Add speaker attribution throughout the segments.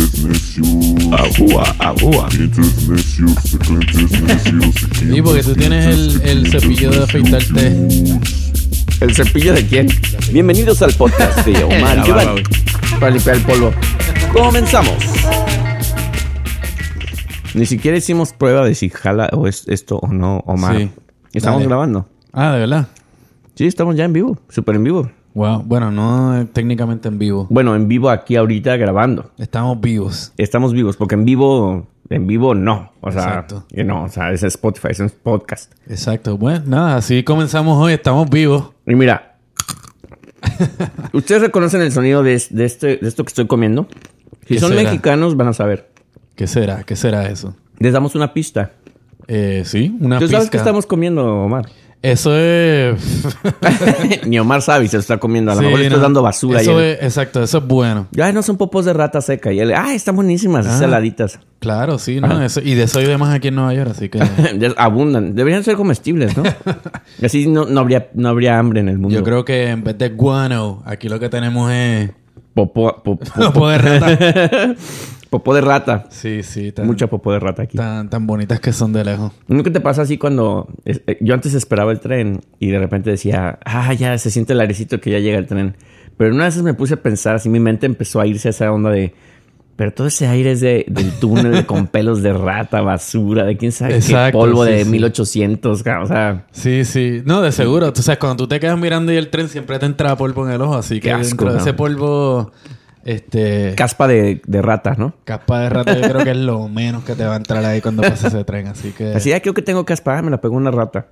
Speaker 1: necios.
Speaker 2: Ajúa, ajúa.
Speaker 1: Clientes necios, teclantes necios.
Speaker 3: Sí, porque tú tienes el, el cepillo de afeitarte.
Speaker 4: ¿El cepillo de quién?
Speaker 2: Bienvenidos al podcast de
Speaker 4: Eh,
Speaker 2: Omar y Giovanni.
Speaker 4: Para limpiar el polvo.
Speaker 2: Comenzamos.
Speaker 4: Ni siquiera hicimos prueba de si jala o es esto o no, Omar.
Speaker 3: Sí.
Speaker 4: Estamos
Speaker 3: Dale.
Speaker 4: grabando.
Speaker 3: Ah, de verdad.
Speaker 4: Sí, estamos ya en vivo, súper en vivo.
Speaker 3: Wow. Bueno, no eh, técnicamente en vivo.
Speaker 4: Bueno, en vivo aquí ahorita grabando.
Speaker 3: Estamos vivos.
Speaker 4: Estamos vivos, porque en vivo, en vivo no. O sea,
Speaker 3: Exacto.
Speaker 4: que no, o sea, es Spotify, es un podcast.
Speaker 3: Exacto. Bueno, nada, así comenzamos hoy. Estamos vivos.
Speaker 4: Y mira, ¿ustedes reconocen el sonido de, de este, de esto que estoy comiendo? Si
Speaker 3: ¿Qué
Speaker 4: son
Speaker 3: será?
Speaker 4: mexicanos, van a saber.
Speaker 3: ¿Qué será? ¿Qué será eso?
Speaker 4: Les damos una pista.
Speaker 3: Eh, sí, una
Speaker 4: ¿Tú sabes
Speaker 3: pizca.
Speaker 4: qué estamos comiendo, Omar?
Speaker 3: Eso es...
Speaker 4: Ni Omar sabe y se lo está comiendo. A lo mejor le
Speaker 3: Sí,
Speaker 4: estoy
Speaker 3: no.
Speaker 4: dando basura.
Speaker 3: Eso
Speaker 4: y él-
Speaker 3: es, exacto, eso es bueno.
Speaker 4: Ay, no son popos de rata seca. Y él, ah, están buenísimas,
Speaker 3: Ah.
Speaker 4: saladitas.
Speaker 3: Claro, sí, ¿no? Eso- y de eso hay demás aquí en Nueva York, así que...
Speaker 4: Ya Abundan. Deberían ser comestibles, ¿no? Y Así no, no habría, no habría hambre en el mundo.
Speaker 3: Yo creo que en vez de guano, aquí lo que tenemos es...
Speaker 4: Popó, po- po-
Speaker 3: Popo de rata.
Speaker 4: popó de rata.
Speaker 3: Sí, sí. Tan,
Speaker 4: Mucha popó de rata aquí.
Speaker 3: tan, tan bonitas que son de lejos.
Speaker 4: ¿No que te pasa así cuando es- eh, yo antes esperaba el tren y de repente decía, ah, ya se siente el airecito que ya llega el tren? Pero una vez me puse a pensar, así mi mente empezó a irse a esa onda de, pero todo ese aire es de, del túnel de con pelos de rata, basura, de quién sabe qué
Speaker 3: Exacto,
Speaker 4: polvo
Speaker 3: sí,
Speaker 4: de
Speaker 3: sí.
Speaker 4: 1800, cabrón, o sea,
Speaker 3: Sí, sí. No, de seguro. Tú sabes, cuando tú te quedas mirando y el tren siempre te entra polvo en el ojo. Así
Speaker 4: Qué
Speaker 3: que
Speaker 4: asco,
Speaker 3: dentro de
Speaker 4: ¿no?
Speaker 3: ese polvo, este...
Speaker 4: caspa de, de rata, ¿no?
Speaker 3: Caspa de rata, yo creo que es lo menos que te va a entrar ahí cuando pase ese tren. Así que...
Speaker 4: Así, ah, creo que tengo caspa, ah, me la pegó una rata.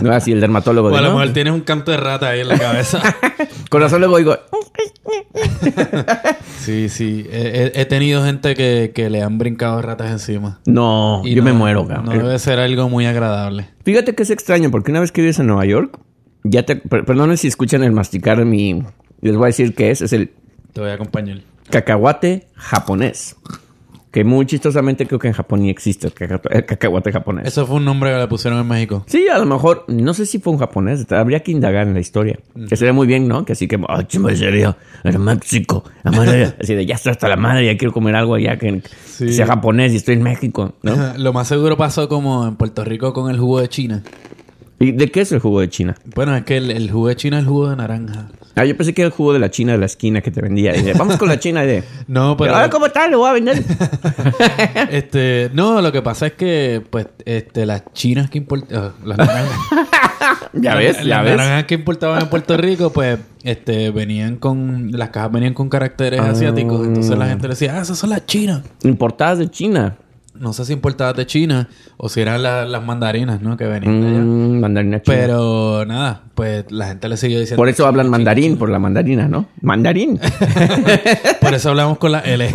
Speaker 4: No, así el dermatólogo.
Speaker 3: o
Speaker 4: de,
Speaker 3: a lo
Speaker 4: "No".
Speaker 3: mejor tienes un canto de rata ahí en la cabeza.
Speaker 4: Con razón luego digo,
Speaker 3: sí, sí. He, he- he tenido gente que, que le han brincado ratas encima.
Speaker 4: no,
Speaker 3: Y
Speaker 4: yo me
Speaker 3: no-
Speaker 4: muero, cabrón.
Speaker 3: No debe ser algo muy agradable.
Speaker 4: Fíjate que es extraño, porque una vez que vives en Nueva York, ya te. per- Perdonen si escuchan el masticar de mi. Les voy a decir qué es. Es el
Speaker 3: Te voy a acompañar.
Speaker 4: cacahuate japonés. Que muy chistosamente creo que en Japón ni existe el, caca- el cacahuate japonés.
Speaker 3: Eso fue un nombre que le pusieron en México.
Speaker 4: Sí, a lo mejor, no sé si fue un japonés, habría que indagar en la historia. Que sería muy bien, ¿no? Que así que, ¡ay, chimo, en serio! ¡El México! la madre", así de, ya estoy hasta la madre, ya quiero comer algo allá que
Speaker 3: Sí.
Speaker 4: sea japonés y estoy en México, ¿no?
Speaker 3: Lo más seguro pasó como en Puerto Rico con el jugo de China.
Speaker 4: ¿Y de qué es el jugo de China?
Speaker 3: Bueno, es que el, el jugo de China es el jugo de naranja.
Speaker 4: Ah, yo pensé que era el jugo de la China de la esquina que te vendía. Y de, Vamos con la China de.
Speaker 3: No, pero
Speaker 4: Ahora, ¿cómo está? Lo voy a vender.
Speaker 3: este, no, lo que pasa es que pues este las chinas que importaban las naranjas,
Speaker 4: ya ves,
Speaker 3: las
Speaker 4: ya ves.
Speaker 3: naranjas que importaban en Puerto Rico, pues este venían con las cajas venían con caracteres
Speaker 4: Ah.
Speaker 3: asiáticos, entonces la gente le decía, "Ah, esas son las chinas."
Speaker 4: Importadas de China.
Speaker 3: No sé si importadas de China o si eran la- las mandarinas, ¿no? Que venían de allá.
Speaker 4: Mm, mandarina china.
Speaker 3: Pero nada, pues la gente le siguió diciendo.
Speaker 4: por eso hablan mandarín, por la mandarina, ¿no? Mandarín.
Speaker 3: Por eso hablamos con la L.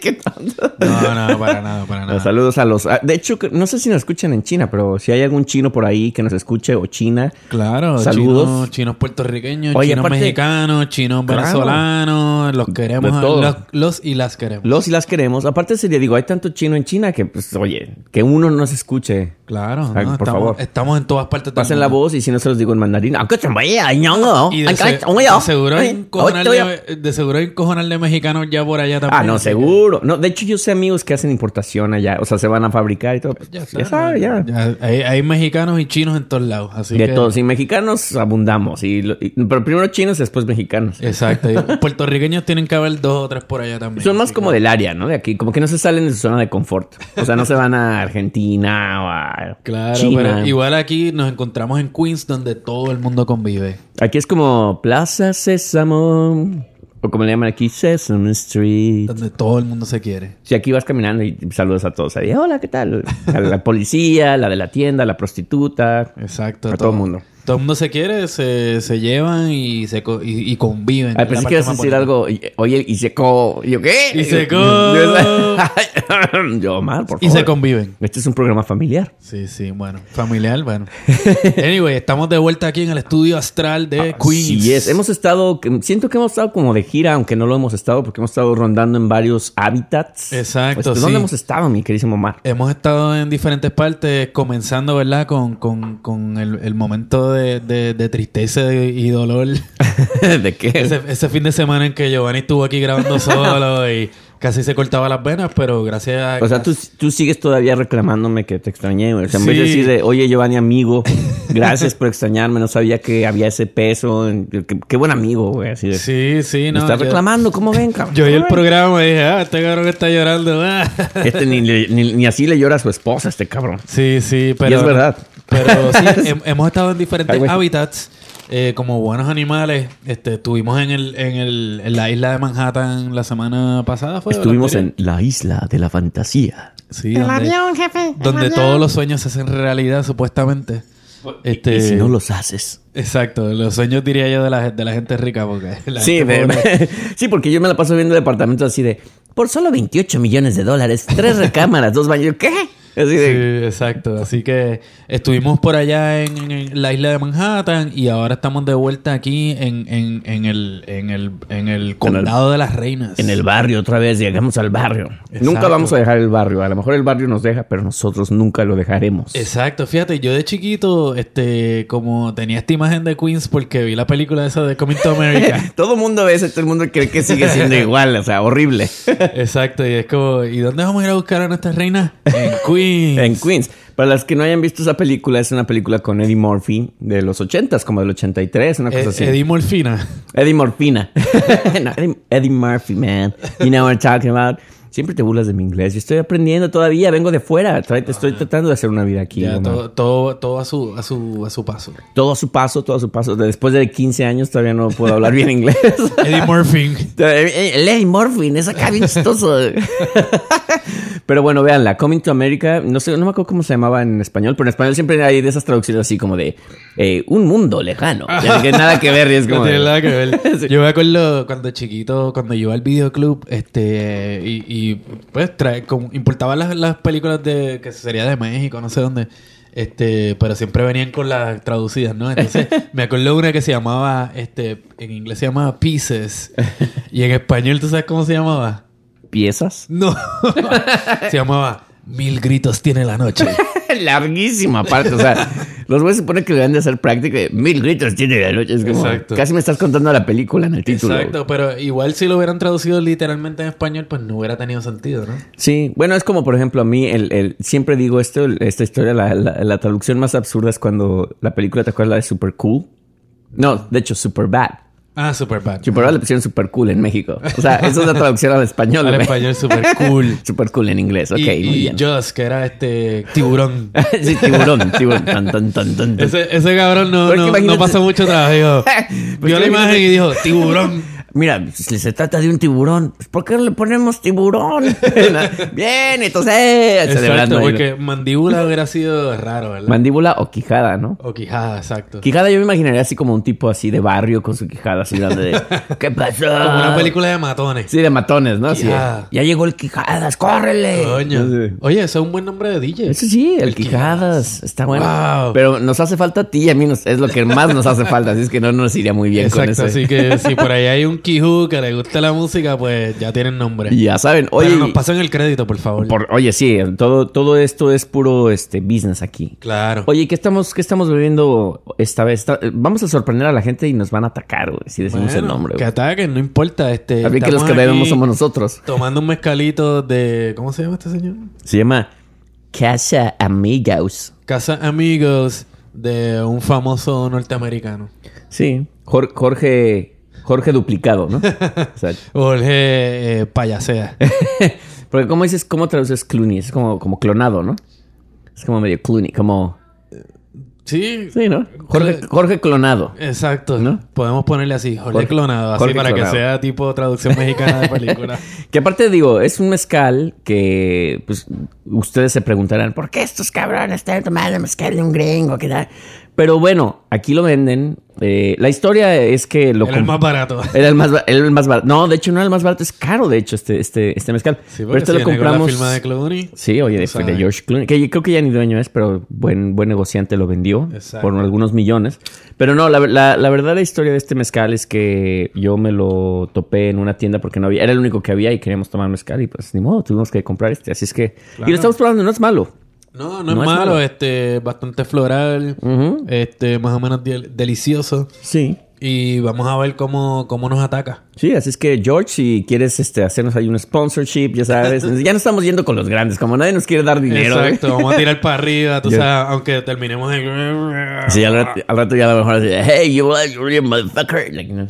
Speaker 4: Qué tonto.
Speaker 3: No, no, para nada, para
Speaker 4: Los
Speaker 3: nada.
Speaker 4: Saludos a los. ah, De hecho, que- no sé si nos escuchan en China, pero si hay algún chino por ahí que nos escuche o China.
Speaker 3: Claro,
Speaker 4: Saludos.
Speaker 3: chinos, chinos puertorriqueños,
Speaker 4: Oye,
Speaker 3: chinos
Speaker 4: aparte-
Speaker 3: mexicanos, chinos
Speaker 4: Claro.
Speaker 3: venezolanos, los queremos,
Speaker 4: De
Speaker 3: a-
Speaker 4: todo.
Speaker 3: los, los y las queremos.
Speaker 4: Los y las queremos. Aparte, sería, digo, hay tanto chino en China que, pues, oye, que uno nos escuche.
Speaker 3: Claro,
Speaker 4: Ay,
Speaker 3: ¿no?
Speaker 4: por
Speaker 3: estamos,
Speaker 4: favor.
Speaker 3: estamos en todas partes del
Speaker 4: Pasen la
Speaker 3: mundo.
Speaker 4: voz y si no se los digo en mandarín. ¡Aunque se vaya, ñongo!
Speaker 3: Y
Speaker 4: Ay,
Speaker 3: de,
Speaker 4: ay,
Speaker 3: se-
Speaker 4: ay,
Speaker 3: de
Speaker 4: ay.
Speaker 3: seguro hay un
Speaker 4: Ay, oh,
Speaker 3: cojonal
Speaker 4: ay, ay.
Speaker 3: de, de seguro hay un cojonal de mexicanos ya por allá también.
Speaker 4: Ah, no,
Speaker 3: así que-
Speaker 4: seguro. No, de hecho, yo sé amigos que hacen importación allá. O sea, se van a fabricar y todo.
Speaker 3: Ya
Speaker 4: ya
Speaker 3: está,
Speaker 4: sabe, ya.
Speaker 3: ya hay, hay mexicanos y chinos en todos lados. Así
Speaker 4: De
Speaker 3: que,
Speaker 4: todos. Y mexicanos abundamos. Y, lo- y- pero primero chinos, después mexicanos.
Speaker 3: Exacto. y puertorriqueños tienen que haber dos o tres por allá también.
Speaker 4: Son más
Speaker 3: así
Speaker 4: como
Speaker 3: que-
Speaker 4: del área, ¿no? De aquí. Como que no se salen de su zona de confort. O sea, no se van a Argentina o a
Speaker 3: Claro,
Speaker 4: China.
Speaker 3: pero igual aquí nos encontramos en Queens donde todo el mundo convive.
Speaker 4: Aquí es como Plaza Sésamo. O como le llaman aquí, Sesame Street.
Speaker 3: Donde todo el mundo se quiere.
Speaker 4: Si aquí vas caminando y saludas a todos. Ahí, Hola, ¿qué tal? A la policía, la de la tienda, la prostituta.
Speaker 3: Exacto.
Speaker 4: A todo el mundo.
Speaker 3: Todo el mundo se quiere, se, se llevan y, se, co- y, y conviven.
Speaker 4: Ay,
Speaker 3: que
Speaker 4: pensé
Speaker 3: es la
Speaker 4: que ibas a
Speaker 3: parte
Speaker 4: decir
Speaker 3: más
Speaker 4: algo. y- Oye, y seco. ¿Y yo qué?
Speaker 3: Y se co-
Speaker 4: Yo, yo mal, por favor.
Speaker 3: bonita. Y se conviven.
Speaker 4: Este es un programa familiar.
Speaker 3: Sí, sí, bueno. Familiar, bueno. anyway, estamos de vuelta aquí en el estudio astral de Eh, Queens.
Speaker 4: Sí, es. Hemos estado. Siento que hemos estado como de gira, aunque no lo hemos estado, porque hemos estado rondando en varios hábitats.
Speaker 3: Exacto,
Speaker 4: Este,
Speaker 3: sí.
Speaker 4: ¿Dónde hemos estado, mi querísimo Mar?
Speaker 3: Hemos estado en diferentes partes, comenzando, ¿verdad? Con, con, con el, el momento de, de- de tristeza y dolor.
Speaker 4: ¿De qué?
Speaker 3: Pues ese, ese fin de semana en que Giovanni estuvo aquí grabando solo y Casi se cortaba las venas, pero gracias a...
Speaker 4: O sea, tú, tú sigues todavía reclamándome que te extrañé, güey. O sea, en vez de
Speaker 3: Sí.
Speaker 4: decir de, oye, Giovanni, amigo, gracias por extrañarme, no sabía que había ese peso. en- Qué, qué buen amigo, güey. Así de,
Speaker 3: Sí, sí,
Speaker 4: me
Speaker 3: no.
Speaker 4: estás
Speaker 3: yo-
Speaker 4: reclamando, ¿cómo ven, cabrón?
Speaker 3: Yo vi el
Speaker 4: Ay.
Speaker 3: programa y dije, ah, este cabrón está llorando. ah".
Speaker 4: Este ni, le- ni- ni así le llora a su esposa, este cabrón.
Speaker 3: Sí, sí, pero...
Speaker 4: Y es verdad.
Speaker 3: Pero sí, hem- hemos estado en diferentes
Speaker 4: Ay, güey.
Speaker 3: hábitats. eh, como buenos animales, este, estuvimos en, el, en, el, en la isla de Manhattan la semana pasada. ¿fue?
Speaker 4: Estuvimos
Speaker 3: ¿La
Speaker 4: en la isla de la fantasía.
Speaker 3: Sí, donde, donde todos los sueños se hacen realidad, supuestamente. Este,
Speaker 4: Pues, Y si no los haces.
Speaker 3: Exacto, los sueños diría yo de la, de la gente rica, porque la
Speaker 4: Sí,
Speaker 3: gente
Speaker 4: me-
Speaker 3: pobre-
Speaker 4: sí, porque yo me la paso viendo departamentos así de, por solo 28 millones de dólares, tres recámaras, dos baños. ¿Qué? Así
Speaker 3: Sí,
Speaker 4: de,
Speaker 3: exacto. Así que estuvimos por allá en, en- en la isla de Manhattan y ahora estamos de vuelta aquí en, en- en el, en, el, en el condado de las reinas.
Speaker 4: En el barrio otra vez, llegamos al barrio. Nunca vamos a dejar el barrio. A lo mejor el barrio nos deja, pero nosotros nunca lo dejaremos.
Speaker 3: Exacto, fíjate, yo de chiquito, este, como tenía esta imagen de Queens porque vi la película esa de Coming to America.
Speaker 4: Todo el mundo ve eso, todo el mundo cree que sigue siendo igual, o sea, horrible.
Speaker 3: Exacto, y es como, ¿y dónde vamos a ir a buscar a nuestras reinas? En Queens.
Speaker 4: En Queens. Para las que no hayan visto esa película, es una película con Eddie Murphy de los 80s, como del 83, una cosa
Speaker 3: Eh,
Speaker 4: así. Eddie,
Speaker 3: Eddie Morfina.
Speaker 4: Morfina. No, Eddie, Eddie Murphy, man. You know what I'm talking about. Siempre te burlas de mi inglés. Yo estoy aprendiendo todavía, vengo de fuera. Tra- te Estoy tratando de hacer una vida aquí.
Speaker 3: Ya,
Speaker 4: Omar.
Speaker 3: todo, todo, todo a, su, a, su, a su paso.
Speaker 4: Todo a su paso, todo a su paso. Después de 15 años todavía no puedo hablar bien inglés. eh,
Speaker 3: Eddie Murphy.
Speaker 4: Ley Morphin, es acá bien chistoso. pero bueno, véanla. Coming to America, no sé, no me acuerdo cómo se llamaba en español, pero en español siempre hay de esas traducciones así como de eh, un mundo lejano. Ya que nada que ver, y es como.
Speaker 3: No tiene
Speaker 4: de-
Speaker 3: nada que ver. Yo me acuerdo cuando chiquito, cuando iba al videoclub, este, y, y, pues trae, como, importaba las, las películas de, que sería de México, no sé dónde, este, pero siempre venían con las traducidas, ¿no? Entonces, me acuerdo una que se llamaba, este, en inglés se llamaba Pieces, y en español, ¿tú sabes cómo se llamaba?
Speaker 4: Piezas.
Speaker 3: No. se llamaba Mil gritos tiene la noche.
Speaker 4: Larguísima parte, o sea. Los güeyes suponen que le han de hacer práctica. de Mil gritos tiene la noche. Es como,
Speaker 3: Exacto.
Speaker 4: Casi me estás contando la película en el título.
Speaker 3: Exacto, pero igual si lo hubieran traducido literalmente en español, pues no hubiera tenido sentido, ¿no?
Speaker 4: Sí, bueno, es como por ejemplo a mí, el, el- siempre digo esto, el- esta historia, la, la- la traducción más absurda es cuando la película, ¿te acuerdas la de Super Cool? No, de hecho, Super Bad.
Speaker 3: Ah, super bad.
Speaker 4: Super Bad le pusieron Super Cool en México. O sea, esa es la traducción al español.
Speaker 3: Al
Speaker 4: güey.
Speaker 3: español super cool.
Speaker 4: Super Cool en inglés, ok,
Speaker 3: Y-
Speaker 4: muy
Speaker 3: y
Speaker 4: bien.
Speaker 3: Jaws, que era este tiburón.
Speaker 4: sí, tiburón, tiburón. Tan, tan, tan, tan, tan.
Speaker 3: Ese, ese cabrón no,
Speaker 4: Porque
Speaker 3: no,
Speaker 4: imagínate-
Speaker 3: no pasó mucho trabajo. dijo.
Speaker 4: Porque
Speaker 3: vio la
Speaker 4: imagínate-
Speaker 3: imagen y dijo, tiburón.
Speaker 4: Mira, si se trata de un tiburón, pues, ¿por qué no le ponemos tiburón? bien, entonces, eh, celebrando
Speaker 3: Exacto,
Speaker 4: ahí.
Speaker 3: porque mandíbula hubiera sido raro, ¿verdad?
Speaker 4: Mandíbula o quijada, ¿no?
Speaker 3: o quijada, exacto.
Speaker 4: Quijada yo me imaginaría así como un tipo así de barrio con su quijada así grande de... ¿Qué pasó?
Speaker 3: Como una película de matones.
Speaker 4: Sí, de matones, ¿no? Así de,
Speaker 3: Quijada.
Speaker 4: ya llegó el Quijadas, ¡córrele!
Speaker 3: Coño. Oye, ese es un buen nombre de DJ.
Speaker 4: Eso sí, el,
Speaker 3: El
Speaker 4: Quijadas. Está bueno.
Speaker 3: Wow.
Speaker 4: Pero nos hace falta a ti y a mí. nos- es lo que más nos hace falta. Así es que no nos iría muy bien con
Speaker 3: Exacto,
Speaker 4: eso.
Speaker 3: así que si por ahí hay un Kiju que le gusta la música, pues ya tienen nombre.
Speaker 4: Y Ya saben. Oye,
Speaker 3: Pero nos pasan el crédito, por favor.
Speaker 4: por- oye sí. Todo, todo esto es puro este, business aquí.
Speaker 3: Claro.
Speaker 4: Oye, ¿qué estamos, qué estamos bebiendo esta vez? Está- Vamos a sorprender a la gente y nos van a atacar, güey, si decimos el
Speaker 3: Bueno,
Speaker 4: nombre.
Speaker 3: Que
Speaker 4: güey.
Speaker 3: ataquen, no importa. Este,
Speaker 4: También que los que
Speaker 3: estamos
Speaker 4: bebemos
Speaker 3: aquí
Speaker 4: somos nosotros.
Speaker 3: Tomando un mezcalito de. ¿Cómo se llama este señor?
Speaker 4: Se llama Casa Amigos.
Speaker 3: Casa Amigos de un famoso norteamericano.
Speaker 4: Sí. Jor- Jorge. Jorge duplicado, ¿no? O sea,
Speaker 3: Jorge eh, Payasea.
Speaker 4: porque como dices, ¿cómo traduces Clooney? Es como, como clonado, ¿no? Es como medio Clooney, como.
Speaker 3: Sí.
Speaker 4: Sí, ¿no? Jorge, Jorge clonado.
Speaker 3: Exacto.
Speaker 4: ¿No?
Speaker 3: Podemos ponerle así, Jorge,
Speaker 4: Jorge-
Speaker 3: Clonado, así
Speaker 4: Jorge
Speaker 3: para
Speaker 4: Clonado.
Speaker 3: que sea tipo traducción mexicana de película.
Speaker 4: Que aparte digo, es un mezcal que pues ustedes se preguntarán, ¿por qué estos cabrones están tomando mezcal de un gringo? ¿Qué tal? Pero bueno, aquí lo venden. Eh, la historia es que lo Eh,
Speaker 3: Era el
Speaker 4: comp-
Speaker 3: más barato.
Speaker 4: Era el más, ba- era el más barato. No, de hecho, no era el más barato. Es caro, de hecho, este, este, este mezcal.
Speaker 3: Sí,
Speaker 4: pero
Speaker 3: porque
Speaker 4: este
Speaker 3: si
Speaker 4: lo
Speaker 3: viene con
Speaker 4: compramos.
Speaker 3: La firma de Clooney.
Speaker 4: Sí, oye, de,
Speaker 3: Tú
Speaker 4: de
Speaker 3: sabes.
Speaker 4: George Clooney, que yo creo que ya ni dueño es, pero buen, buen negociante lo vendió
Speaker 3: Exacto.
Speaker 4: por algunos millones. Pero no, la, la, la verdad la historia de este mezcal es que yo me lo topé en una tienda porque no había, era el único que había y queríamos tomar mezcal y pues ni modo, tuvimos que comprar este. Así es que... Y
Speaker 3: Claro.
Speaker 4: lo estamos probando, no es malo.
Speaker 3: No, no, es malo,
Speaker 4: Mm.
Speaker 3: este, bastante floral, este, más o menos del- delicioso.
Speaker 4: Sí.
Speaker 3: Y vamos a ver cómo, cómo nos ataca.
Speaker 4: Sí, así es que George, si quieres este, hacernos ahí un sponsorship, ya sabes, ya no estamos yendo con los grandes, como nadie nos quiere dar dinero. ¿eh? güey.
Speaker 3: Exacto, vamos a tirar para arriba, tú
Speaker 4: Yo-
Speaker 3: sabes, aunque terminemos en...
Speaker 4: Sí, al rato, al rato ya a lo mejor así, hey, you like really motherfucker. like, ¿no?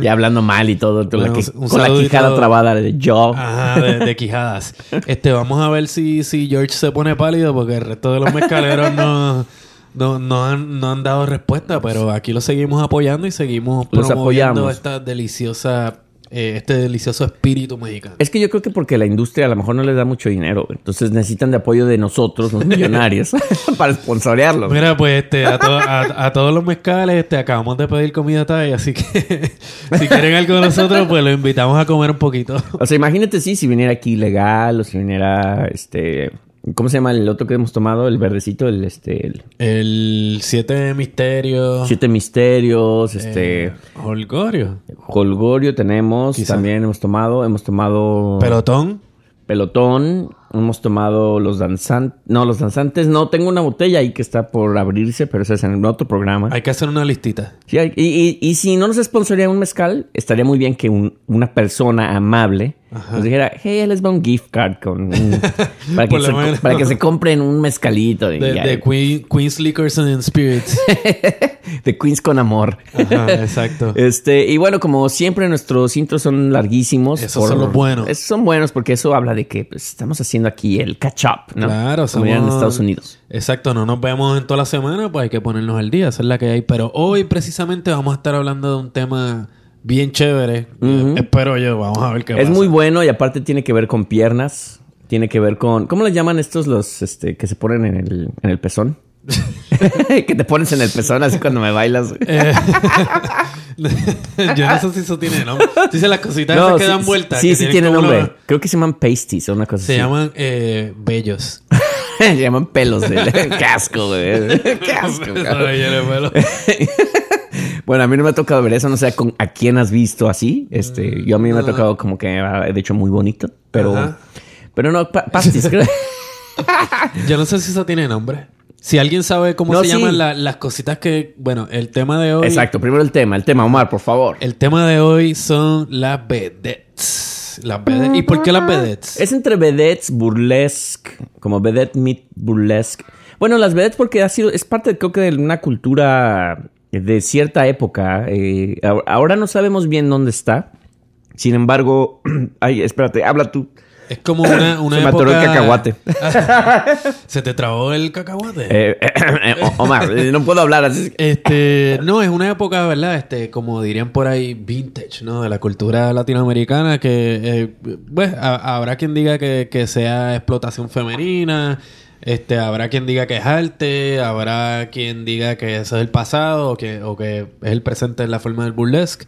Speaker 4: ya hablando mal y todo, con, la,
Speaker 3: Bueno,
Speaker 4: que-
Speaker 3: un
Speaker 4: con la
Speaker 3: saludito.
Speaker 4: quijada trabada de yo.
Speaker 3: Ajá, de, de quijadas. Este, vamos a ver si, si George se pone pálido porque el resto de los mezcaleros no, no, no han, no han dado respuesta, pero aquí lo seguimos apoyando y seguimos
Speaker 4: Los
Speaker 3: promoviendo
Speaker 4: apoyamos.
Speaker 3: esta deliciosa, eh, este delicioso espíritu mexicano.
Speaker 4: Es que yo creo que porque la industria a lo mejor no les da mucho dinero, güey. entonces necesitan de apoyo de nosotros, los millonarios, para sponsorearlo.
Speaker 3: Mira, pues este, a, to- a- a todos los mezcales este, acabamos de pedir comida Thai, así que si quieren algo de nosotros, pues los invitamos a comer un poquito.
Speaker 4: O sea, imagínate sí, si viniera aquí legal o si viniera este ¿cómo se llama el otro que hemos tomado? El verdecito, el este el
Speaker 3: El Siete Misterios.
Speaker 4: Siete Misterios, este
Speaker 3: Oh. eh, Holgorio.
Speaker 4: Colgorio tenemos,
Speaker 3: Quizá.
Speaker 4: también hemos tomado, hemos tomado
Speaker 3: Pelotón.
Speaker 4: Pelotón, hemos tomado los danzantes, no, los danzantes no, tengo una botella ahí que está por abrirse, pero esa es en otro programa.
Speaker 3: Hay que hacer una listita.
Speaker 4: Sí, hay- y, y- y si no nos sponsoría un mezcal, estaría muy bien que un- una persona amable nos dijera, hey, les va un gift card con un- para, que
Speaker 3: Por lo
Speaker 4: se,
Speaker 3: menos.
Speaker 4: para que se compren un mezcalito de,
Speaker 3: De,
Speaker 4: ya-
Speaker 3: de Queen- Queen's Liquors and Spirits.
Speaker 4: de Queens con amor.
Speaker 3: Ajá, exacto.
Speaker 4: Este, y bueno, como siempre, nuestros intros son larguísimos.
Speaker 3: Esos son los buenos.
Speaker 4: Esos son buenos porque eso habla de que pues, estamos haciendo aquí el catch up, ¿no?
Speaker 3: Claro,
Speaker 4: como dirían en
Speaker 3: somos-
Speaker 4: Estados Unidos.
Speaker 3: Exacto, no nos vemos en toda la semana, pues hay que ponernos al día, esa es la que hay. Pero hoy precisamente vamos a estar hablando de un tema bien chévere. Eh, Espero yo, vamos a ver qué
Speaker 4: Es
Speaker 3: pasa.
Speaker 4: muy bueno y aparte tiene que ver con piernas. Tiene que ver con. ¿Cómo les llaman estos los este, que se ponen en el, en el pezón? que te pones en el pezón así cuando me bailas.
Speaker 3: Eh, yo no sé si eso tiene nombre. Dice las cositas
Speaker 4: No,
Speaker 3: esas que
Speaker 4: sí,
Speaker 3: dan vueltas.
Speaker 4: Sí,
Speaker 3: que
Speaker 4: sí, tiene
Speaker 3: como
Speaker 4: nombre.
Speaker 3: los-
Speaker 4: Creo que se llaman pasties o una cosa
Speaker 3: se
Speaker 4: así.
Speaker 3: llaman eh, bellos.
Speaker 4: se llaman pelos. De... ¡Qué asco, güey! ¡Qué asco! cabrón.
Speaker 3: Ay, yo le vuelo.
Speaker 4: Bueno, a mí no me ha tocado ver eso, no sé con- a quién has visto así. Este, yo a mí me ha tocado como que, ah, de hecho, muy bonito, pero,
Speaker 3: Mm. Ajá.
Speaker 4: pero no, pa- pastis. creo.
Speaker 3: Yo no sé si eso tiene nombre. Si alguien sabe cómo
Speaker 4: No,
Speaker 3: se
Speaker 4: sí.
Speaker 3: llaman la- las cositas que... Bueno, el tema de hoy...
Speaker 4: Exacto, primero el tema, el tema, Omar, por favor.
Speaker 3: El tema de hoy son las vedettes. Las vedettes. ¿Y por qué las vedettes?
Speaker 4: Es entre vedettes, burlesque, como vedette meet burlesque. Bueno, las vedettes porque ha sido, es parte creo que de una cultura de cierta época. eh, ahor- ahora no sabemos bien dónde está. Sin embargo, ay, espérate, habla tú.
Speaker 3: Es como una, una
Speaker 4: Se me atoró el
Speaker 3: época-
Speaker 4: cacahuate.
Speaker 3: ¿Se te trabó el cacahuate?
Speaker 4: Eh, o- Omar, eh, no puedo hablar así.
Speaker 3: Este, no, es una época, ¿verdad? Este, como dirían por ahí, vintage, ¿no? De la cultura latinoamericana, que, eh, pues, ha- habrá quien diga que, que sea explotación femenina, este, habrá quien diga que es arte, habrá quien diga que eso es el pasado, o que, o que es el presente en la forma del burlesque.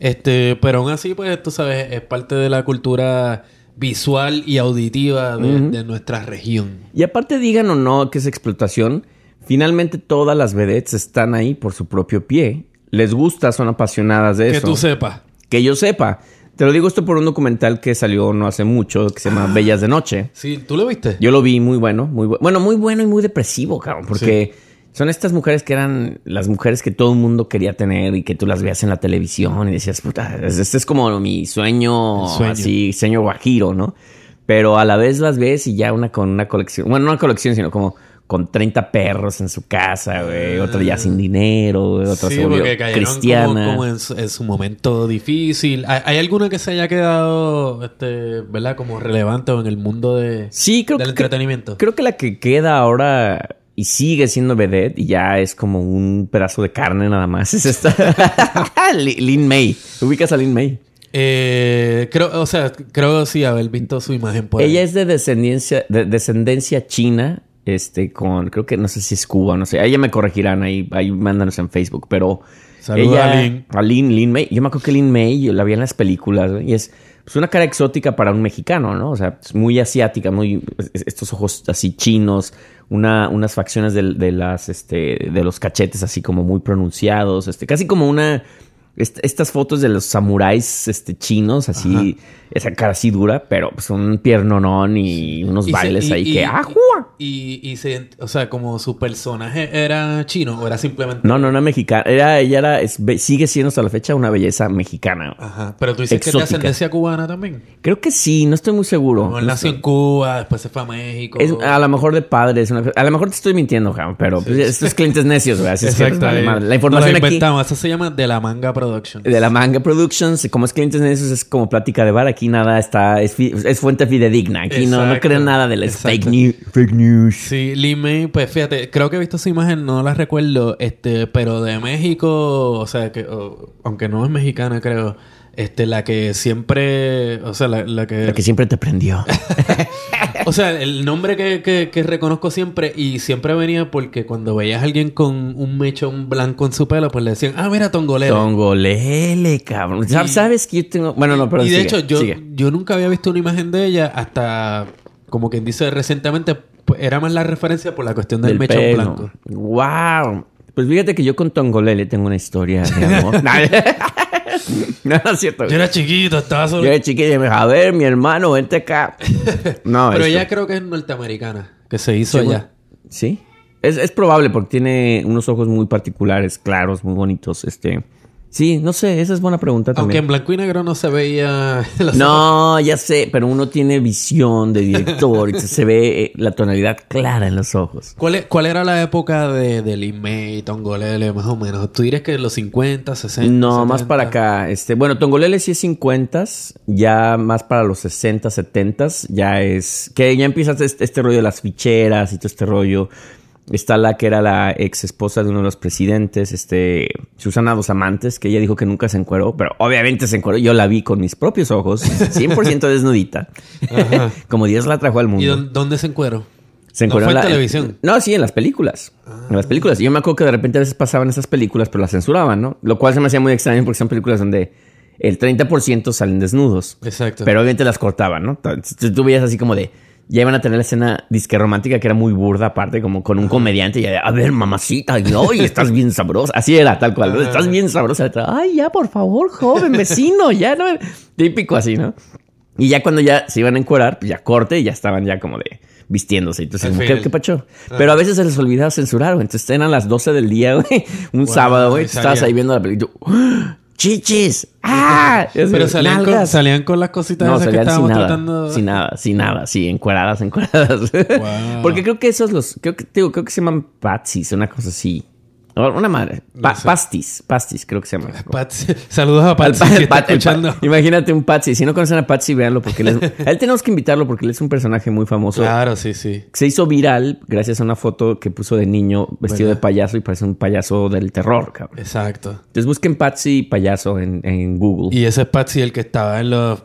Speaker 3: Este, pero aún así, pues, tú sabes, es parte de la cultura visual y auditiva de, de nuestra región.
Speaker 4: Y aparte digan o no que es explotación, finalmente todas las vedettes están ahí por su propio pie. Les gusta, son apasionadas de
Speaker 3: Que
Speaker 4: eso.
Speaker 3: tú sepas.
Speaker 4: Que yo sepa. Te lo digo esto por un documental que salió no hace mucho, que se
Speaker 3: Ah.
Speaker 4: llama Bellas de Noche.
Speaker 3: Sí, ¿tú lo viste?
Speaker 4: Yo lo vi muy bueno, muy bu- bueno, muy bueno y muy depresivo, cabrón, porque son estas mujeres que eran las mujeres que todo el mundo quería tener y que tú las veías en la televisión y decías, puta, es- este es como mi sueño,
Speaker 3: El sueño.
Speaker 4: así, sueño guajiro, ¿no? Pero a la vez las ves y ya una con una colección, bueno, no una colección, sino como con 30 perros en su casa, güey, otra ya sin dinero, güey, otra
Speaker 3: Ah. sí,
Speaker 4: se volvió
Speaker 3: porque cayeron
Speaker 4: cristiana.
Speaker 3: como, como en, su, en su momento difícil. ¿Hay, hay alguna que se haya quedado, este, ¿verdad? Como relevante o en el mundo de,
Speaker 4: Sí, creo
Speaker 3: del
Speaker 4: que
Speaker 3: entretenimiento.
Speaker 4: Creo que la que queda ahora y sigue siendo vedette y ya es como un pedazo de carne nada más es esta.
Speaker 3: Ah,
Speaker 4: Li- Lin May. Ubicas a Lin May.
Speaker 3: Eh, creo, o sea, creo sí haber visto su imagen por
Speaker 4: Ella
Speaker 3: ahí.
Speaker 4: es de descendencia, de descendencia china. Este, con, creo que no sé si es Cuba, no sé. Ahí ya me corregirán, ahí, ahí mándanos en Facebook. Pero
Speaker 3: Saluda a Lin.
Speaker 4: a Lin, Lin May. Yo me acuerdo que Lin May yo la vi en las películas ¿no? y es pues, una cara exótica para un mexicano, ¿no? O sea, es muy asiática, muy es- estos ojos así chinos, una, unas facciones del- de, las este de los cachetes así como muy pronunciados, este, casi como una Est- estas fotos de los samuráis este, chinos, así, esa cara así dura, pero pues un piernonón y unos
Speaker 3: Y se-
Speaker 4: bailes
Speaker 3: y-
Speaker 4: ahí
Speaker 3: y-
Speaker 4: que ¡ah,
Speaker 3: y-
Speaker 4: ¡ajua!
Speaker 3: Y, y se, o sea, como su personaje era chino o era simplemente...
Speaker 4: No, no, no mexicana. Era, ella era, es be- sigue siendo hasta la fecha una belleza mexicana.
Speaker 3: Ajá. Pero tú dices que es de
Speaker 4: Exótica.
Speaker 3: ascendencia cubana también.
Speaker 4: Creo que sí, no estoy muy seguro.
Speaker 3: Como él
Speaker 4: No
Speaker 3: nació
Speaker 4: estoy-
Speaker 3: en Cuba, después se fue a México.
Speaker 4: Es- ah, a lo mejor de padres. una- a lo mejor te estoy mintiendo, Jam, pero pues, estos clientes necios, güey. Así es que, pues, vale madre. La información
Speaker 3: Nos la
Speaker 4: aquí
Speaker 3: inventamos. Eso se llama De La Manga Productions.
Speaker 4: de la Manga Productions, como es clientes necios, es como plática de bar. Aquí nada está, es, fi- es fuente fidedigna. Aquí no, no
Speaker 3: Exacto.
Speaker 4: creen nada de las
Speaker 3: Exacto.
Speaker 4: fake news. Fake news.
Speaker 3: Sí, Lee May, pues fíjate, creo que he visto esa imagen, no la recuerdo, este, pero de México, o sea, que o- aunque no es mexicana, creo, este, la que siempre, o sea, la, la que,
Speaker 4: La que siempre te prendió.
Speaker 3: o sea, el nombre que, que, que reconozco siempre y siempre venía porque cuando veías a alguien con un mechón blanco en su pelo, pues le decían, ah, mira, tongolero.
Speaker 4: Tongolele, cabrón.
Speaker 3: Y-
Speaker 4: ¿Sabes, sabes que yo tengo.? Bueno, no, pero.
Speaker 3: y de
Speaker 4: sigue,
Speaker 3: hecho, yo,
Speaker 4: sigue.
Speaker 3: yo nunca había visto una imagen de ella hasta, como quien dice, recientemente, pues, era más la referencia por la cuestión del,
Speaker 4: Del
Speaker 3: mechón
Speaker 4: pelo.
Speaker 3: blanco.
Speaker 4: ¡Wow! Pues fíjate que yo con Tongolele tengo una historia de amor. no, no es cierto.
Speaker 3: Yo era chiquito, estaba
Speaker 4: Yo
Speaker 3: solo.
Speaker 4: era chiquilla y me dijo, a ver, mi hermano, vente acá. No,
Speaker 3: Pero
Speaker 4: Ah, esto-
Speaker 3: ella creo que es norteamericana, que se hizo
Speaker 4: Según-
Speaker 3: allá.
Speaker 4: Sí. Es, es probable porque tiene unos ojos muy particulares, claros, muy bonitos. Este. Sí, no sé, esa es buena pregunta
Speaker 3: Aunque
Speaker 4: también.
Speaker 3: en blanco y negro no se veía... los ojos.
Speaker 4: No, ya sé, pero uno tiene visión de director y se ve eh, la tonalidad clara en los ojos.
Speaker 3: ¿Cuál, e- ¿Cuál era la época de, de Limey, Tongolele, más o menos? ¿Tú dirías que los 50, 60?
Speaker 4: No, más
Speaker 3: 70?
Speaker 4: para acá. Este, bueno, Tongolele sí es 50, ya más para los 60, 70, ya es que ya empieza este, este rollo de las ficheras y todo este rollo. Está la que era la ex esposa de uno de los presidentes, este, Susana Dos Amantes, que ella dijo que nunca se encueró, pero obviamente se encueró. Yo la vi con mis propios ojos, 100% desnudita, como Dios la trajo al mundo.
Speaker 3: ¿Y dónde, dónde se encueró?
Speaker 4: Se
Speaker 3: No
Speaker 4: encueró
Speaker 3: fue en
Speaker 4: la-
Speaker 3: televisión.
Speaker 4: No, sí, en las películas. En las películas. Y yo me acuerdo que de repente a veces pasaban esas películas, pero las censuraban, ¿no? Lo cual se me hacía muy extraño porque son películas donde el 30% salen desnudos.
Speaker 3: Exacto.
Speaker 4: Pero obviamente las cortaban, ¿no? Entonces, Tú, tú veías así como de. Ya iban a tener la escena disque romántica que era muy burda, aparte, como con un comediante. Y ya de, a ver, mamacita, y, ay, estás bien sabrosa. Así era, tal cual. ¿no? Estás bien sabrosa. Ay, ya, por favor, joven, vecino, ya no. Típico así, ¿no? Y ya cuando ya se iban a encuerar, pues ya corte y ya estaban ya como de vistiéndose. Entonces,
Speaker 3: Al
Speaker 4: como, ¿qué,
Speaker 3: final.
Speaker 4: qué pacho? Pero a veces se les olvidaba censurar, güey. Entonces eran las 12 del día, güey. Un sábado, güey.
Speaker 3: y
Speaker 4: tú Estabas
Speaker 3: salía.
Speaker 4: ahí viendo la película. y tú, ¡ah! ¡Chichis! ¡Ah!
Speaker 3: Pero salían con,
Speaker 4: Nalgas.
Speaker 3: salían con las cositas
Speaker 4: No,
Speaker 3: esas que
Speaker 4: salían sin
Speaker 3: estábamos
Speaker 4: nada,
Speaker 3: tratando...
Speaker 4: sin nada, sin nada, sí, encueradas, encueradas.
Speaker 3: Wow.
Speaker 4: Porque creo que esos los, creo que, digo, creo que se llaman patsies, una cosa así. O Una madre, Pa- pastis, pastis creo que se llaman.
Speaker 3: Patsy- Saludos a Patsy,
Speaker 4: El
Speaker 3: que está
Speaker 4: Pat- el Pat-
Speaker 3: escuchando.
Speaker 4: imagínate un Patsy. Si no conocen a Patsy, véanlo porque él es- a él tenemos que invitarlo porque él es un personaje muy famoso.
Speaker 3: Claro, sí, sí.
Speaker 4: Se hizo viral gracias a una foto que puso de niño vestido
Speaker 3: ¿Verdad?
Speaker 4: de payaso y parece un payaso del terror, cabrón.
Speaker 3: Exacto.
Speaker 4: Entonces busquen Patsy payaso en, en Google.
Speaker 3: Y ese es Patsy el que estaba en los...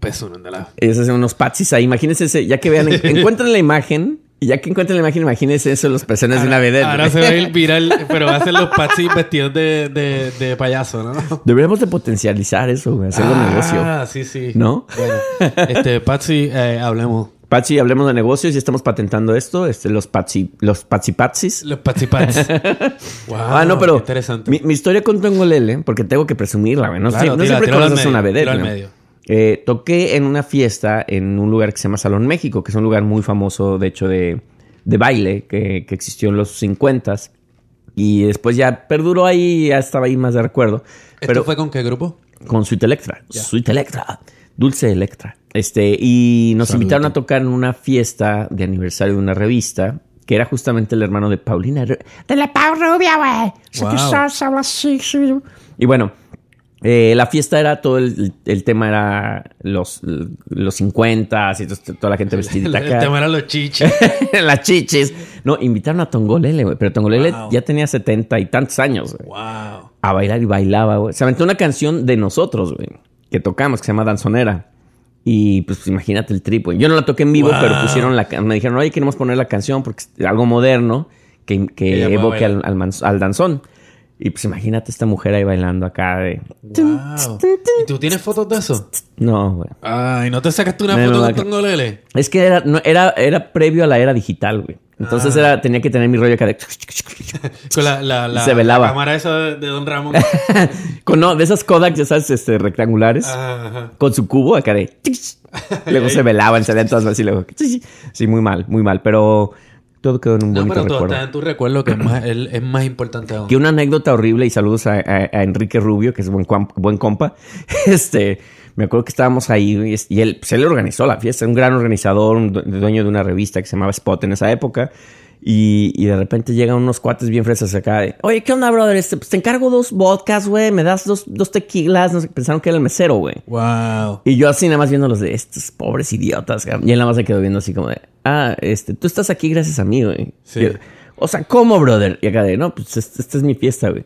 Speaker 3: Pues uno de las...
Speaker 4: Esos son unos patsys ahí. Imagínense, ese- ya que vean, en- encuentren la imagen. Y ya que encuentren la imagen, imagínense eso, los personas de una vedette.
Speaker 3: Ahora se va a ir viral, pero va a ser los Patsy vestidos de, de, de payaso, ¿no?
Speaker 4: Deberíamos de potencializar eso, güey, hacerlo negocio.
Speaker 3: Ah, sí, sí.
Speaker 4: ¿No?
Speaker 3: Este, Patsy, eh, hablemos.
Speaker 4: Patsy, hablemos de negocios y estamos patentando esto. Este, los patsy, los patsy patsis.
Speaker 3: Los Patsy Pats. wow,
Speaker 4: Ah, no, pero
Speaker 3: qué Interesante.
Speaker 4: Mi, mi historia con Tongolele, porque tengo que presumirla, güey. No,
Speaker 3: Claro,
Speaker 4: sie- no
Speaker 3: tira,
Speaker 4: siempre
Speaker 3: tíralo al
Speaker 4: conoces
Speaker 3: medio,
Speaker 4: una vedette.
Speaker 3: tíralo al
Speaker 4: ¿no?
Speaker 3: medio.
Speaker 4: Eh, toqué en una fiesta en un lugar que se llama Salón México, que es un lugar muy famoso, de hecho, de, de baile, que, que existió en los 50s. Y después ya perduró ahí, ya estaba ahí más de recuerdo.
Speaker 3: ¿Esto
Speaker 4: Pero
Speaker 3: fue con qué grupo?
Speaker 4: con Sweet Electra. Sweet Electra. Dulce Electra. Este, y nos invitaron a tocar en una fiesta de aniversario de una revista que era justamente el hermano de Paulina. Ru- De la Pau Rubia, güey. Sí,
Speaker 3: Wow.
Speaker 4: que sos, habla así, sí. Oh. Y bueno, eh, la fiesta era todo el, el tema era los, los 50 y todo- toda la gente
Speaker 3: El,
Speaker 4: vestidita acá.
Speaker 3: tema era los chichis.
Speaker 4: Las chichis. No, invitaron a Tongolele, güey. Pero Tongolele
Speaker 3: Wow.
Speaker 4: ya tenía 70 y tantos años, güey
Speaker 3: wow.
Speaker 4: a bailar y bailaba, güey. Se aventó una canción de nosotros, güey, que tocamos, que se llama Danzonera. Y pues imagínate el trip, güey. Yo no la toqué en vivo,
Speaker 3: Wow.
Speaker 4: pero pusieron la ca- me dijeron, oye, queremos poner la canción porque es algo moderno que, que
Speaker 3: ella pueda
Speaker 4: evoque al,
Speaker 3: bailar.
Speaker 4: al manz- al danzón. Y pues imagínate esta mujer ahí bailando acá de...
Speaker 3: Wow. ¿Y tú tienes fotos de eso?
Speaker 4: No, güey.
Speaker 3: Ay, ¿no te sacaste una
Speaker 4: Me
Speaker 3: foto
Speaker 4: lo
Speaker 3: con
Speaker 4: saca-
Speaker 3: Tongolele?
Speaker 4: Es que era, no, era, era previo a la era digital, güey. Entonces era, tenía que tener mi rollo acá de...
Speaker 3: Con la, la, la-
Speaker 4: Se velaba.
Speaker 3: la cámara esa de de Don Ramón.
Speaker 4: con, no, de esas Kodak, ya sabes, este, rectangulares.
Speaker 3: Ajá, ajá.
Speaker 4: Con su cubo acá de... luego se velaban, se veían todas así. Luego... Sí, muy mal, muy mal. Pero todo quedó en un
Speaker 3: No,
Speaker 4: bonito
Speaker 3: pero todo
Speaker 4: recuerdo.
Speaker 3: está en tu recuerdo que es más, el- es más importante aún.
Speaker 4: Que una anécdota horrible, y saludos a, a- a Enrique Rubio, que es buen, cuam- buen compa. Este, me acuerdo que estábamos ahí y, es- y él, pues él organizó la fiesta, un gran organizador, un due- dueño de una revista que se llamaba Spot en esa época. Y, y de repente llegan unos cuates bien fresas acá. de, Oye, ¿qué onda, brother? Este, pues te encargo dos vodkas, güey. Me das dos, dos tequilas. No sé, pensaron que era el mesero, güey.
Speaker 3: Wow.
Speaker 4: Y yo así nada más viendo los de estos pobres idiotas. cabrón. Y él nada más se quedó viendo así como de, ah, este, tú estás aquí gracias a mí, güey.
Speaker 3: Sí.
Speaker 4: Y él, o sea, ¿cómo, brother? Y acá de, no, pues es- esta es mi fiesta, güey.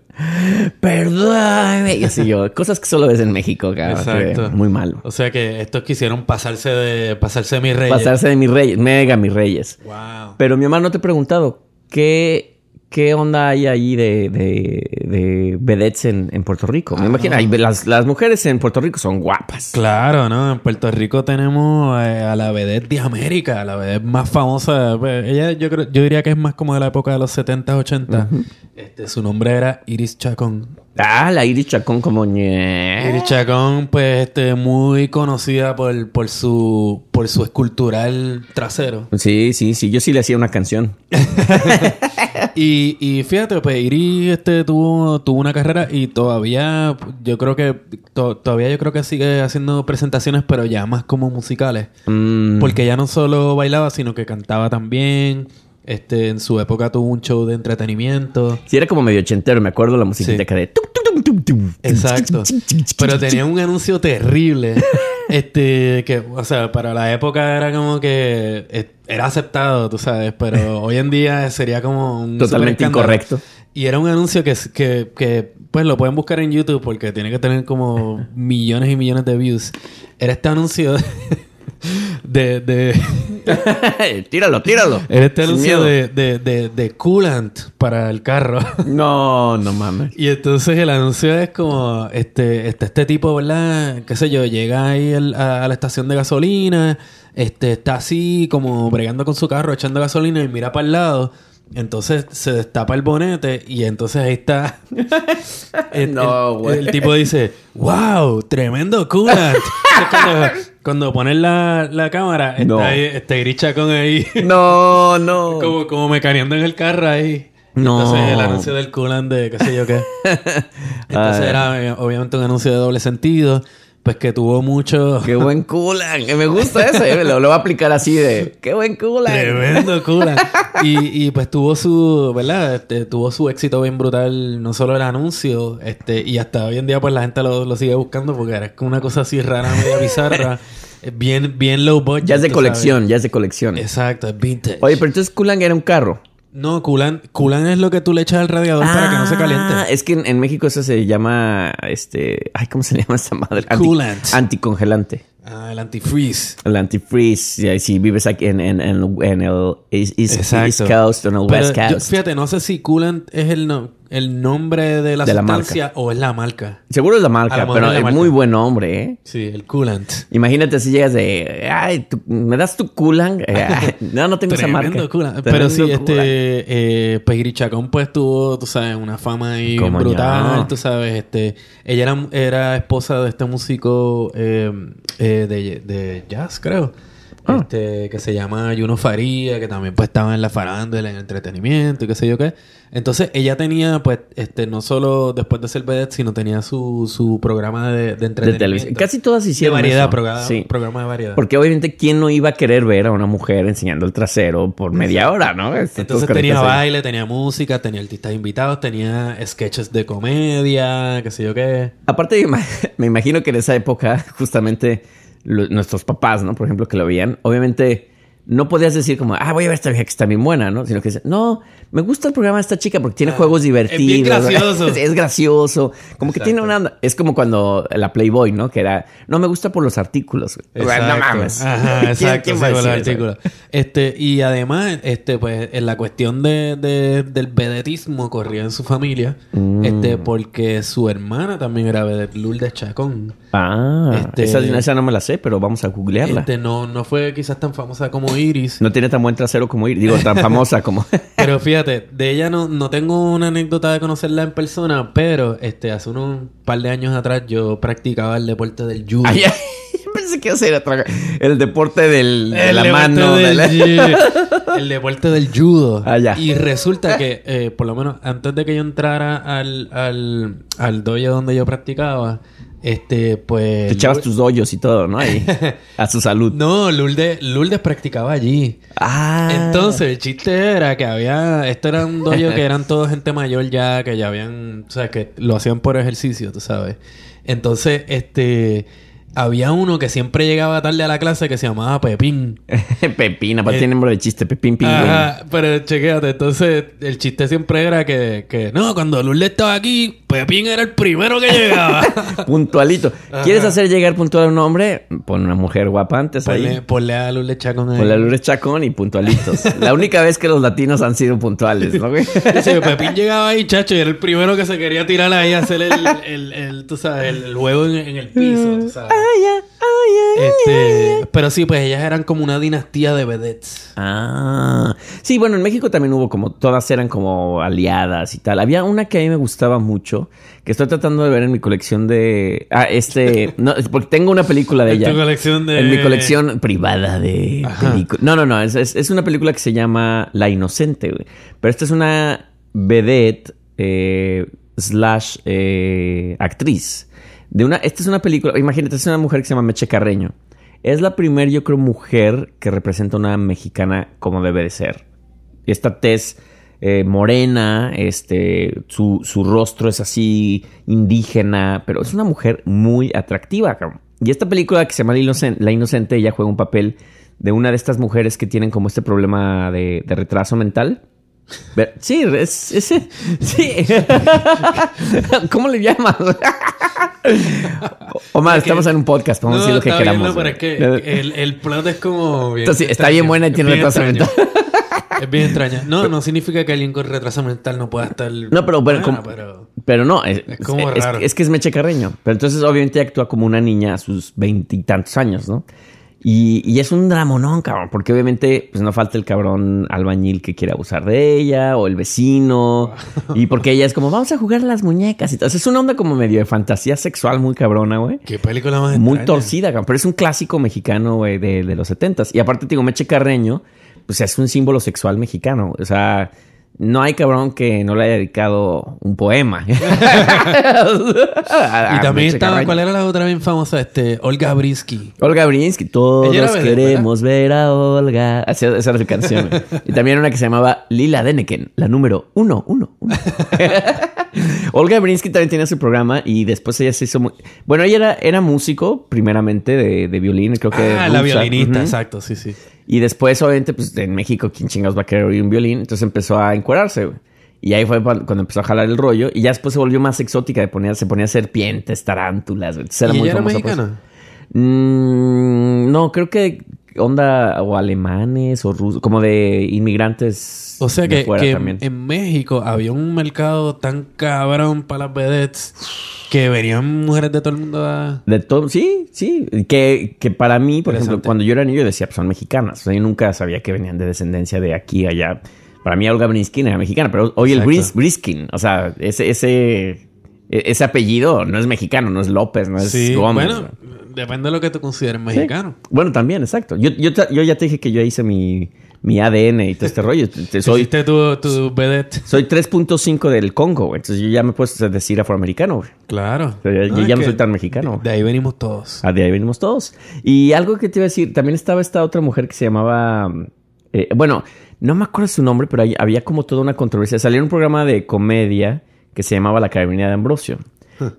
Speaker 4: Perdóname. Y así yo, cosas que solo ves en México, cabrón. así de,
Speaker 3: Exacto.
Speaker 4: Muy malo.
Speaker 3: O sea que estos quisieron pasarse de pasarse de mis reyes.
Speaker 4: Pasarse de mis reyes, mega mis reyes.
Speaker 3: Wow.
Speaker 4: Pero mi mamá no te he preguntado, ¿qué, qué onda hay ahí de, de, de vedettes en, en Puerto Rico?
Speaker 3: Ah.
Speaker 4: Me imagino, ay, las, las mujeres en Puerto Rico son guapas.
Speaker 3: Claro, ¿no? En Puerto Rico tenemos eh, a la vedette de América, a la vedette más famosa. Pues, ella yo creo, yo diría que es más como de la época de los 70, 80. este, su nombre era Iris Chacón.
Speaker 4: Ah, la Iris Chacón como... ñe.
Speaker 3: Iris Chacón, pues, este, muy conocida por, por su por su escultural trasero.
Speaker 4: Sí, sí, sí. Yo sí le hacía una canción.
Speaker 3: Y, y fíjate, pues Iri este, tuvo, tuvo una carrera y todavía, yo creo que, to- todavía yo creo que sigue haciendo presentaciones, pero ya más como musicales.
Speaker 4: Mm,
Speaker 3: Porque ya no solo bailaba, sino que cantaba también. Este, en su época tuvo un show de entretenimiento.
Speaker 4: sí, era como medio ochentero. Me acuerdo la musiquita
Speaker 3: Sí.
Speaker 4: acá de... tum, tum, tum, tum, tum.
Speaker 3: Exacto. Pero tenía un anuncio terrible. Este, que, o sea, para la época era como que eh, era aceptado, tú sabes, pero hoy en día sería como un
Speaker 4: Totalmente
Speaker 3: superescándalo.
Speaker 4: incorrecto.
Speaker 3: Y era un anuncio que, que, que, pues lo pueden buscar en YouTube porque tiene que tener como millones y millones de views. Era este anuncio de, de,
Speaker 4: tíralo, tíralo.
Speaker 3: era este
Speaker 4: Sin
Speaker 3: anuncio
Speaker 4: miedo.
Speaker 3: de, de, de, de coolant para el carro.
Speaker 4: No, no mames.
Speaker 3: Y entonces el anuncio es como, este, este, este tipo, ¿verdad? Qué sé yo, llega ahí el- a, a la estación de gasolina, este, está así como bregando con su carro, echando gasolina y mira para el lado. Entonces se destapa el bonete y entonces ahí está. El,
Speaker 4: No,
Speaker 3: el-
Speaker 4: güey.
Speaker 3: el tipo dice, wow, tremendo coolant. Entonces, cuando, cuando ponen la, la cámara, está
Speaker 4: No.
Speaker 3: ahí, este gricha con ahí.
Speaker 4: No, no.
Speaker 3: Como, como mecaneando en el carro ahí.
Speaker 4: No.
Speaker 3: Entonces el anuncio del Kulan de qué sé yo qué. Entonces
Speaker 4: Ay.
Speaker 3: era eh, obviamente un anuncio de doble sentido. Pues que tuvo mucho...
Speaker 4: Qué buen culan. Me gusta eso. eh, Lo, lo voy a aplicar así de... Qué buen culan.
Speaker 3: Tremendo Kulan. y, y, pues tuvo su, ¿verdad? Este, tuvo su éxito bien brutal, no solo el anuncio, este, y hasta hoy en día pues la gente lo, lo sigue buscando porque era como una cosa así rara, media bizarra, eh, bien, bien low budget.
Speaker 4: Ya es de
Speaker 3: tú sabes.
Speaker 4: colección, ya es de colección.
Speaker 3: Exacto, es vintage.
Speaker 4: Oye, pero entonces culan era un carro.
Speaker 3: No, Kulan, Kulan es lo que tú le echas al radiador para que no se caliente.
Speaker 4: Ah, Es que en, en México eso se llama, este, ay, ¿cómo se le llama esa madre? Anti-
Speaker 3: Coolant.
Speaker 4: Anticongelante.
Speaker 3: Ah, el antifreeze.
Speaker 4: El antifreeze, ya, si vives aquí en, en, en, en el East, East- East Coast, en el
Speaker 3: Pero
Speaker 4: West
Speaker 3: yo-
Speaker 4: Coast.
Speaker 3: fíjate, no sé si coolant es el, no- el nombre de la
Speaker 4: De la
Speaker 3: sustancia o es la marca.
Speaker 4: Seguro es la
Speaker 3: A lo
Speaker 4: marca,
Speaker 3: mejor
Speaker 4: pero
Speaker 3: es la
Speaker 4: es
Speaker 3: marca.
Speaker 4: muy buen hombre, ¿eh?
Speaker 3: Sí, el coolant.
Speaker 4: Imagínate si llegas de, ay, tú- ¿me das tu culan? Eh, no, no tengo esa marca.
Speaker 3: Tremendo coolant. Pero sí,
Speaker 4: Tremendo
Speaker 3: este,
Speaker 4: coolant.
Speaker 3: eh, pues Iri Chacón, pues tuvo, tú sabes, una fama ahí
Speaker 4: ¿Cómo
Speaker 3: brutal,
Speaker 4: no?
Speaker 3: tú sabes, este, ella era, era esposa de este músico eh, eh, de, de jazz, creo.
Speaker 4: Ah.
Speaker 3: Este, que se llama Juno Faría, que también pues estaba en la farándula, en el entretenimiento y qué sé yo qué. Entonces, ella tenía, pues, este, no solo después de ser vedette, sino tenía su, su programa de, de
Speaker 4: De
Speaker 3: entretenimiento.
Speaker 4: televisión. Casi todas
Speaker 3: de
Speaker 4: hicieron
Speaker 3: variedad,
Speaker 4: eso.
Speaker 3: programa,
Speaker 4: Sí.
Speaker 3: programa de variedad.
Speaker 4: Porque obviamente, ¿quién no iba a querer ver a una mujer enseñando el trasero por media hora, no? Este, todos
Speaker 3: Entonces
Speaker 4: queremos
Speaker 3: tenía
Speaker 4: hacer-
Speaker 3: baile, tenía música, tenía artistas invitados, tenía sketches de comedia, qué sé yo qué.
Speaker 4: Aparte, me ima- me imagino que en esa época, justamente, lo- nuestros papás, ¿no? Por ejemplo, que lo veían, obviamente no podías decir como, ah, voy a ver esta vieja que está bien buena, ¿no? Sino que dices, no, me gusta el programa de esta chica porque tiene juegos divertidos.
Speaker 3: Ah, gracioso.
Speaker 4: es, es gracioso. Como que tiene
Speaker 3: Exacto.
Speaker 4: una... onda- Es como cuando la Playboy, ¿no? Que era, no, me gusta por los artículos. güey". No mames.
Speaker 3: Ajá,
Speaker 4: ¿Quién-
Speaker 3: exacto,
Speaker 4: quién
Speaker 3: sí,
Speaker 4: va a
Speaker 3: con los
Speaker 4: decir eso?
Speaker 3: artículos. Este, y además, este, pues, en la cuestión de, de- del vedetismo corría en su familia,
Speaker 4: Mm.
Speaker 3: este, porque su hermana también era vedette, Lourdes Chacón.
Speaker 4: Ah,
Speaker 3: Este-
Speaker 4: esa, esa no me la sé, pero vamos a googlearla.
Speaker 3: Este, no, no fue quizás tan famosa como Iris.
Speaker 4: No tiene tan buen trasero como Iris. Digo, tan famosa como...
Speaker 3: Pero fíjate, de ella no, no tengo una anécdota de conocerla en persona, pero este hace unos par de años atrás yo practicaba el deporte del judo.
Speaker 4: Ay, ay, Pensé que iba a ser otra cosa. El deporte del, de
Speaker 3: el
Speaker 4: la
Speaker 3: deporte
Speaker 4: mano. de
Speaker 3: del
Speaker 4: la-
Speaker 3: ju- el deporte del judo.
Speaker 4: Ah, ya.
Speaker 3: Y resulta que, eh, por lo menos antes de que yo entrara al, al, al dojo donde yo practicaba, este, pues...
Speaker 4: Te echabas tus hoyos y todo, ¿no? Ahí, a su salud.
Speaker 3: No, Lourdes, Lourdes practicaba allí.
Speaker 4: Ah.
Speaker 3: Entonces, el chiste era que había... Esto era un dojo que eran todos gente mayor ya, que ya habían... O sea, que lo hacían por ejercicio, tú sabes. Entonces, este... Había uno que siempre llegaba tarde a la clase que se llamaba Pepín.
Speaker 4: Pepina, para
Speaker 3: Eh,
Speaker 4: tiene nombre de chiste. Pepín Pingüín.
Speaker 3: Ajá, pero chequéate, entonces el chiste siempre era que, que no, cuando Lourdes estaba aquí, Pepín era el primero que llegaba.
Speaker 4: Puntualito. ¿Quieres hacer llegar puntual a un hombre? Pon una mujer guapa antes
Speaker 3: ponle,
Speaker 4: ahí.
Speaker 3: ponle a Lourdes Chacón ahí.
Speaker 4: Con la Lourdes Chacón y puntualitos. la única vez que los latinos han sido puntuales, ¿no? güey?
Speaker 3: Sí, Pepín llegaba ahí, chacho, y era el primero que se quería tirar ahí a hacer el, el, el, tú sabes, el, el juego en, en el piso, tú sabes. Este, pero sí, pues ellas eran como una dinastía de vedettes.
Speaker 4: Ah, sí, bueno, en México también hubo como, todas eran como aliadas y tal. Había una que a mí me gustaba mucho, que estoy tratando de ver en mi colección de... Ah, este, no, es porque tengo una película de
Speaker 3: En
Speaker 4: ella.
Speaker 3: tu colección de-
Speaker 4: En mi colección privada de
Speaker 3: Ajá.
Speaker 4: películas. No, no, no, es, es- es una película que se llama La Inocente, güey. Pero esta es una vedette eh, slash eh, actriz. De una, esta es una película, imagínate, es una mujer que se llama Meche Carreño. Es la primer, yo creo, mujer que representa una mexicana como debe de ser. Esta tez eh, morena, este, su, su rostro es así indígena, pero es una mujer muy atractiva. cabrón. Y esta película que se llama La Inocen- La Inocente, ella juega un papel de una de estas mujeres que tienen como este problema de, de retraso mental. Ve- Sí, es, es- sí. ¿Cómo le llamas? Omar, estamos en un podcast, podemos decir lo que
Speaker 3: está bien,
Speaker 4: queramos.
Speaker 3: no, pero es
Speaker 4: güey. Eh,
Speaker 3: que el, el plot es como... bien
Speaker 4: Entonces, está
Speaker 3: extraño.
Speaker 4: bien buena y tiene
Speaker 3: Es bien
Speaker 4: retraso
Speaker 3: extraño.
Speaker 4: mental.
Speaker 3: Es bien extraña. No, no significa que alguien con retraso mental no pueda estar. Ah,
Speaker 4: No, pero bueno, como-
Speaker 3: pero-
Speaker 4: Pero no, es,
Speaker 3: Es como
Speaker 4: es-
Speaker 3: raro.
Speaker 4: es que es Meche Carreño. Pero entonces obviamente actúa como una niña a sus veintitantos años, ¿no? Y, y es un dramonón, cabrón, porque obviamente pues no falta el cabrón albañil que quiere abusar de ella o el vecino. Y porque ella es como, vamos a jugar a las muñecas. y tal. O sea, es una onda como medio de fantasía sexual muy cabrona, güey.
Speaker 3: Qué película más
Speaker 4: Muy
Speaker 3: extraña?
Speaker 4: torcida, cabrón. Pero es un clásico mexicano, güey, de, de los setentas. Y aparte, te digo, Meche Carreño, pues es un símbolo sexual mexicano. O sea, no hay cabrón que no le haya dedicado un poema. A- a
Speaker 3: Y también
Speaker 4: Meche
Speaker 3: estaba,
Speaker 4: Carreño.
Speaker 3: ¿cuál era la otra bien famosa? Este, Olga Brisky.
Speaker 4: Olga Brinsky, todos
Speaker 3: Ella era vedette,
Speaker 4: queremos ver a Olga. Así, esa era su canción. güey. y también una que se llamaba Lila Deneken, la número uno, uno, uno. Olga Brinsky también tenía su programa y después ella se hizo muy... Bueno, ella era, era músico primeramente de, de violín, creo que...
Speaker 3: Ah, la
Speaker 4: rusa.
Speaker 3: violinista,
Speaker 4: Ujú.
Speaker 3: exacto, sí, sí.
Speaker 4: Y después, obviamente, pues en México, ¿quién chingados va a querer oír un violín? Entonces empezó a encuerarse, güey. Y ahí fue pa- cuando empezó a jalar el rollo. Y ya después se volvió más exótica. de poner- se ponía serpientes, tarántulas, güey. Entonces, era
Speaker 3: ¿Y
Speaker 4: muy
Speaker 3: ella era
Speaker 4: famosa pues, por eso.
Speaker 3: mexicana?
Speaker 4: Mm, no, creo que onda o alemanes o rusos, como de inmigrantes.
Speaker 3: O sea
Speaker 4: de
Speaker 3: que,
Speaker 4: fuera
Speaker 3: que em-
Speaker 4: también.
Speaker 3: en, en México había un mercado tan cabrón para las vedettes que venían mujeres de todo el mundo a.
Speaker 4: De todo, sí, sí. Que, que para mí, por ejemplo,
Speaker 3: Interesante.
Speaker 4: cuando yo era niño, yo decía, pues son mexicanas. O sea, yo nunca sabía que venían de descendencia de aquí, allá. Para mí, Olga Briskin era mexicana, pero hoy el Bris,
Speaker 3: Exacto.
Speaker 4: Briskin, o sea, ese, ese, e- ese apellido no es mexicano, no es López, no es
Speaker 3: Sí,
Speaker 4: Gómez.
Speaker 3: bueno,
Speaker 4: ¿no?
Speaker 3: depende de lo que tú consideres
Speaker 4: Sí.
Speaker 3: mexicano.
Speaker 4: Bueno, también, exacto. Yo, yo, ta- yo ya te dije que yo hice mi, mi ADN y todo este rollo. Te- te- Soy,
Speaker 3: Hiciste tu, tu vedette.
Speaker 4: soy 3.5 del Congo, güey. Entonces yo ya me he puesto a decir afroamericano, güey.
Speaker 3: Claro.
Speaker 4: O sea, ya-
Speaker 3: No,
Speaker 4: ya
Speaker 3: es
Speaker 4: no
Speaker 3: que
Speaker 4: soy tan mexicano.
Speaker 3: De ahí venimos todos.
Speaker 4: Ah, de ahí venimos todos. Y algo que te iba a decir, también estaba esta otra mujer que se llamaba. eh, bueno, no me acuerdo su nombre, pero ahí había como toda una controversia. Salió en un programa de comedia que se llamaba La Carabinera de Ambrosio.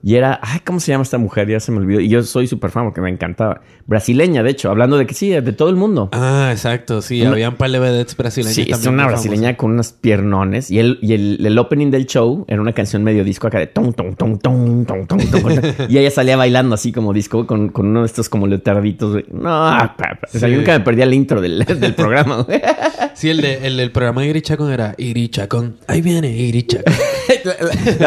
Speaker 4: Y era, ay, ¿cómo se llama esta mujer? Ya se me olvidó. Y yo soy súper fan porque me encantaba. Brasileña, de hecho, hablando de que sí, de todo el mundo.
Speaker 3: Ah, exacto, sí.
Speaker 4: Una-
Speaker 3: Había un par de vedettes brasileñas
Speaker 4: Sí, es
Speaker 3: también
Speaker 4: una
Speaker 3: muy famosas.
Speaker 4: brasileña con unos piernones. Y, el, y el, el opening del show era una canción medio disco acá de... Ton, ton, ton, ton, ton, ton, ton. y ella salía bailando así como disco con, con uno de estos como leotarditos. güey. No, pa, pa. O sea,
Speaker 3: Sí.
Speaker 4: yo nunca me perdía el intro del, del programa. güey.
Speaker 3: Sí, el, de, el del programa de Iri Chacón era Iri Chacón. Ahí viene Iri Chacón.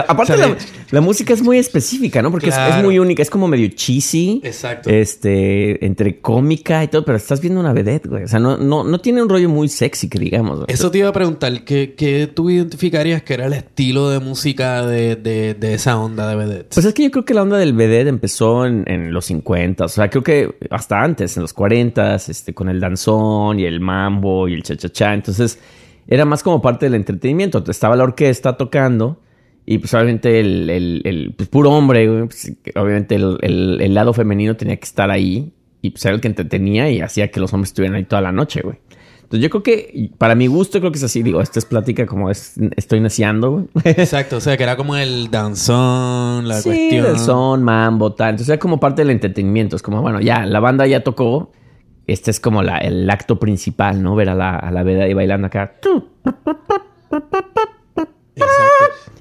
Speaker 4: Aparte, la, la música es muy específica, ¿no? Porque es- es,
Speaker 3: Claro.
Speaker 4: muy única, es como medio cheesy.
Speaker 3: Exacto.
Speaker 4: Este, entre cómica y todo, pero estás viendo una vedette, güey. O sea, no, no, no tiene un rollo muy sexy, que digamos. güey.
Speaker 3: Eso te iba a preguntar, ¿qué, qué tú identificarías que era el estilo de música de, de- de esa onda de vedettes?
Speaker 4: Pues es que yo creo que la onda del vedette empezó en, en los 50, o sea, creo que hasta antes, en los 40, este, con el danzón y el mambo y el cha-cha-cha. Entonces, era más como parte del entretenimiento. Estaba la orquesta tocando y pues obviamente el, el- el, pues, puro hombre, güey, pues, obviamente el, el- el lado femenino tenía que estar ahí y pues era el que entretenía y hacía que los hombres estuvieran ahí toda la noche, güey. Entonces yo creo que, para mi gusto, creo que es así. Digo, esto es plática como es, estoy iniciando, güey.
Speaker 3: Exacto, o sea, que era como el danzón, la
Speaker 4: sí,
Speaker 3: cuestión.
Speaker 4: del son, mambo, tal. Entonces era como parte del entretenimiento. Es como, bueno, ya, la banda ya tocó. Este es como la- el acto principal, ¿no? Ver a la, a la veda y bailando acá.
Speaker 3: Exacto.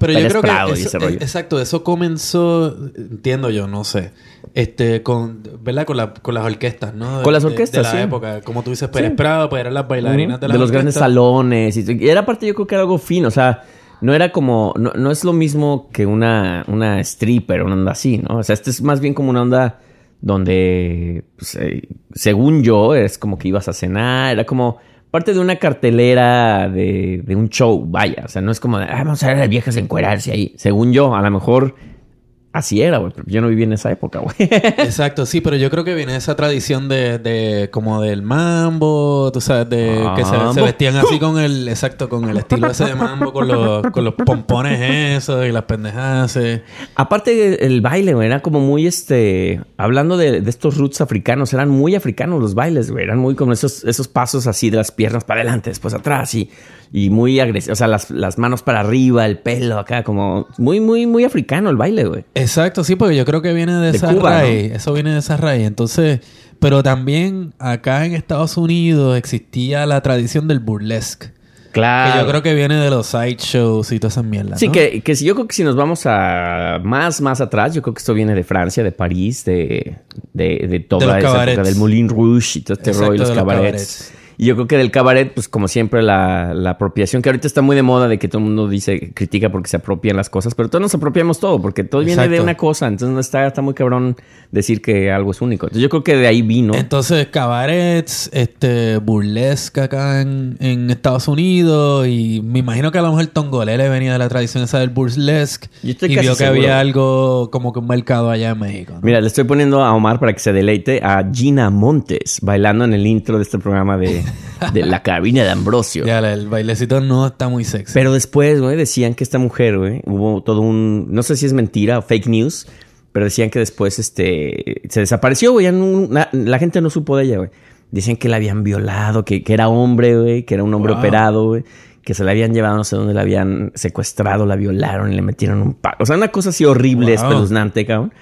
Speaker 3: Pero yo
Speaker 4: Pérez
Speaker 3: creo
Speaker 4: Prado y
Speaker 3: que. eso- eh,
Speaker 4: ese rollo.
Speaker 3: Exacto, eso comenzó, entiendo yo, no sé. Este, con, ¿verdad? Con, la- con las orquestas, ¿no? De-
Speaker 4: Con las
Speaker 3: de-
Speaker 4: orquestas,
Speaker 3: De, la
Speaker 4: sí.
Speaker 3: época. Como tú dices, Pérez Prado, pues eran las bailarinas de,
Speaker 4: de los grandes
Speaker 3: salones.
Speaker 4: salones. Y, y era parte, yo creo que era algo fino. O sea, no era como. No, no es lo mismo que una, una stripper, una onda así, ¿no? O sea, este es más bien como una onda donde. pues, eh, según yo, es como que ibas a cenar. Era como. Parte de una cartelera de, de un show, vaya. O sea, no es como de, "Ah, vamos a ver a las viejas encuerarse ahí. Según yo, a lo mejor así era, güey. pero Yo no viví en esa época, güey.
Speaker 3: Exacto, sí, pero yo creo que viene esa tradición de, de como del mambo, tú sabes, de que se, se
Speaker 4: Mambo.
Speaker 3: vestían así con el, exacto, con el estilo ese de mambo, con los, con los pompones esos y las pendejadas. eh.
Speaker 4: Aparte el baile, güey, era como muy este, hablando de, de estos roots africanos, eran muy africanos los bailes, güey, eran muy como esos, esos pasos así de las piernas para adelante, después atrás y, y muy agresivos, o sea, las, las manos para arriba, el pelo acá, como muy, muy, muy africano el baile, güey.
Speaker 3: Exacto, sí, porque yo creo que viene de,
Speaker 4: De
Speaker 3: esa
Speaker 4: Cuba, ¿no?
Speaker 3: raíz. Eso viene de esa raíz. Entonces, pero también acá en Estados Unidos existía la tradición del burlesque. Que yo creo que viene de los sideshows y todas esas mierdas.
Speaker 4: Ah. Sí,
Speaker 3: ¿no?
Speaker 4: que, que si- yo creo que si nos vamos a más, más atrás, yo creo que esto viene de Francia, de París, de, de, de
Speaker 3: De los
Speaker 4: toda esa época,
Speaker 3: cabarets.
Speaker 4: del Moulin Rouge y todo este
Speaker 3: Exacto,
Speaker 4: rollo, los
Speaker 3: de los
Speaker 4: cabarets.
Speaker 3: cabarets.
Speaker 4: Y yo creo que del cabaret, pues como siempre, la, la apropiación, que ahorita está muy de moda de que todo el mundo dice, critica porque se apropian las cosas, pero todos nos apropiamos todo, porque todo viene de
Speaker 3: Exacto.
Speaker 4: una cosa, entonces no está, está muy cabrón decir que algo es único. Entonces, yo creo que de ahí vino.
Speaker 3: Entonces, cabarets, este, burlesca acá en, en Estados Unidos. Y me imagino que a lo mejor Tongolele venía de la tradición esa del burlesque.
Speaker 4: Yo
Speaker 3: Y
Speaker 4: estoy
Speaker 3: vio
Speaker 4: casi
Speaker 3: que
Speaker 4: seguro.
Speaker 3: había algo como que un mercado allá en México. ¿no?
Speaker 4: Mira, le estoy poniendo a Omar para que se deleite a Gina Montes bailando en el intro de este programa de, de la cabina de Ambrosio.
Speaker 3: Ya, el bailecito no está muy sexy.
Speaker 4: Pero después, güey, decían que esta mujer, güey, hubo todo un, no sé si es mentira o fake news, pero decían que después, este, se desapareció, güey, ya no- na- la gente no supo de ella, güey. Decían que la habían violado, que, que era hombre, güey, que era un hombre
Speaker 3: Wow.
Speaker 4: operado, güey, que se la habían llevado, no sé dónde, la habían secuestrado, la violaron y le metieron un palo. O sea, una cosa así horrible,
Speaker 3: Wow.
Speaker 4: espeluznante, cabrón.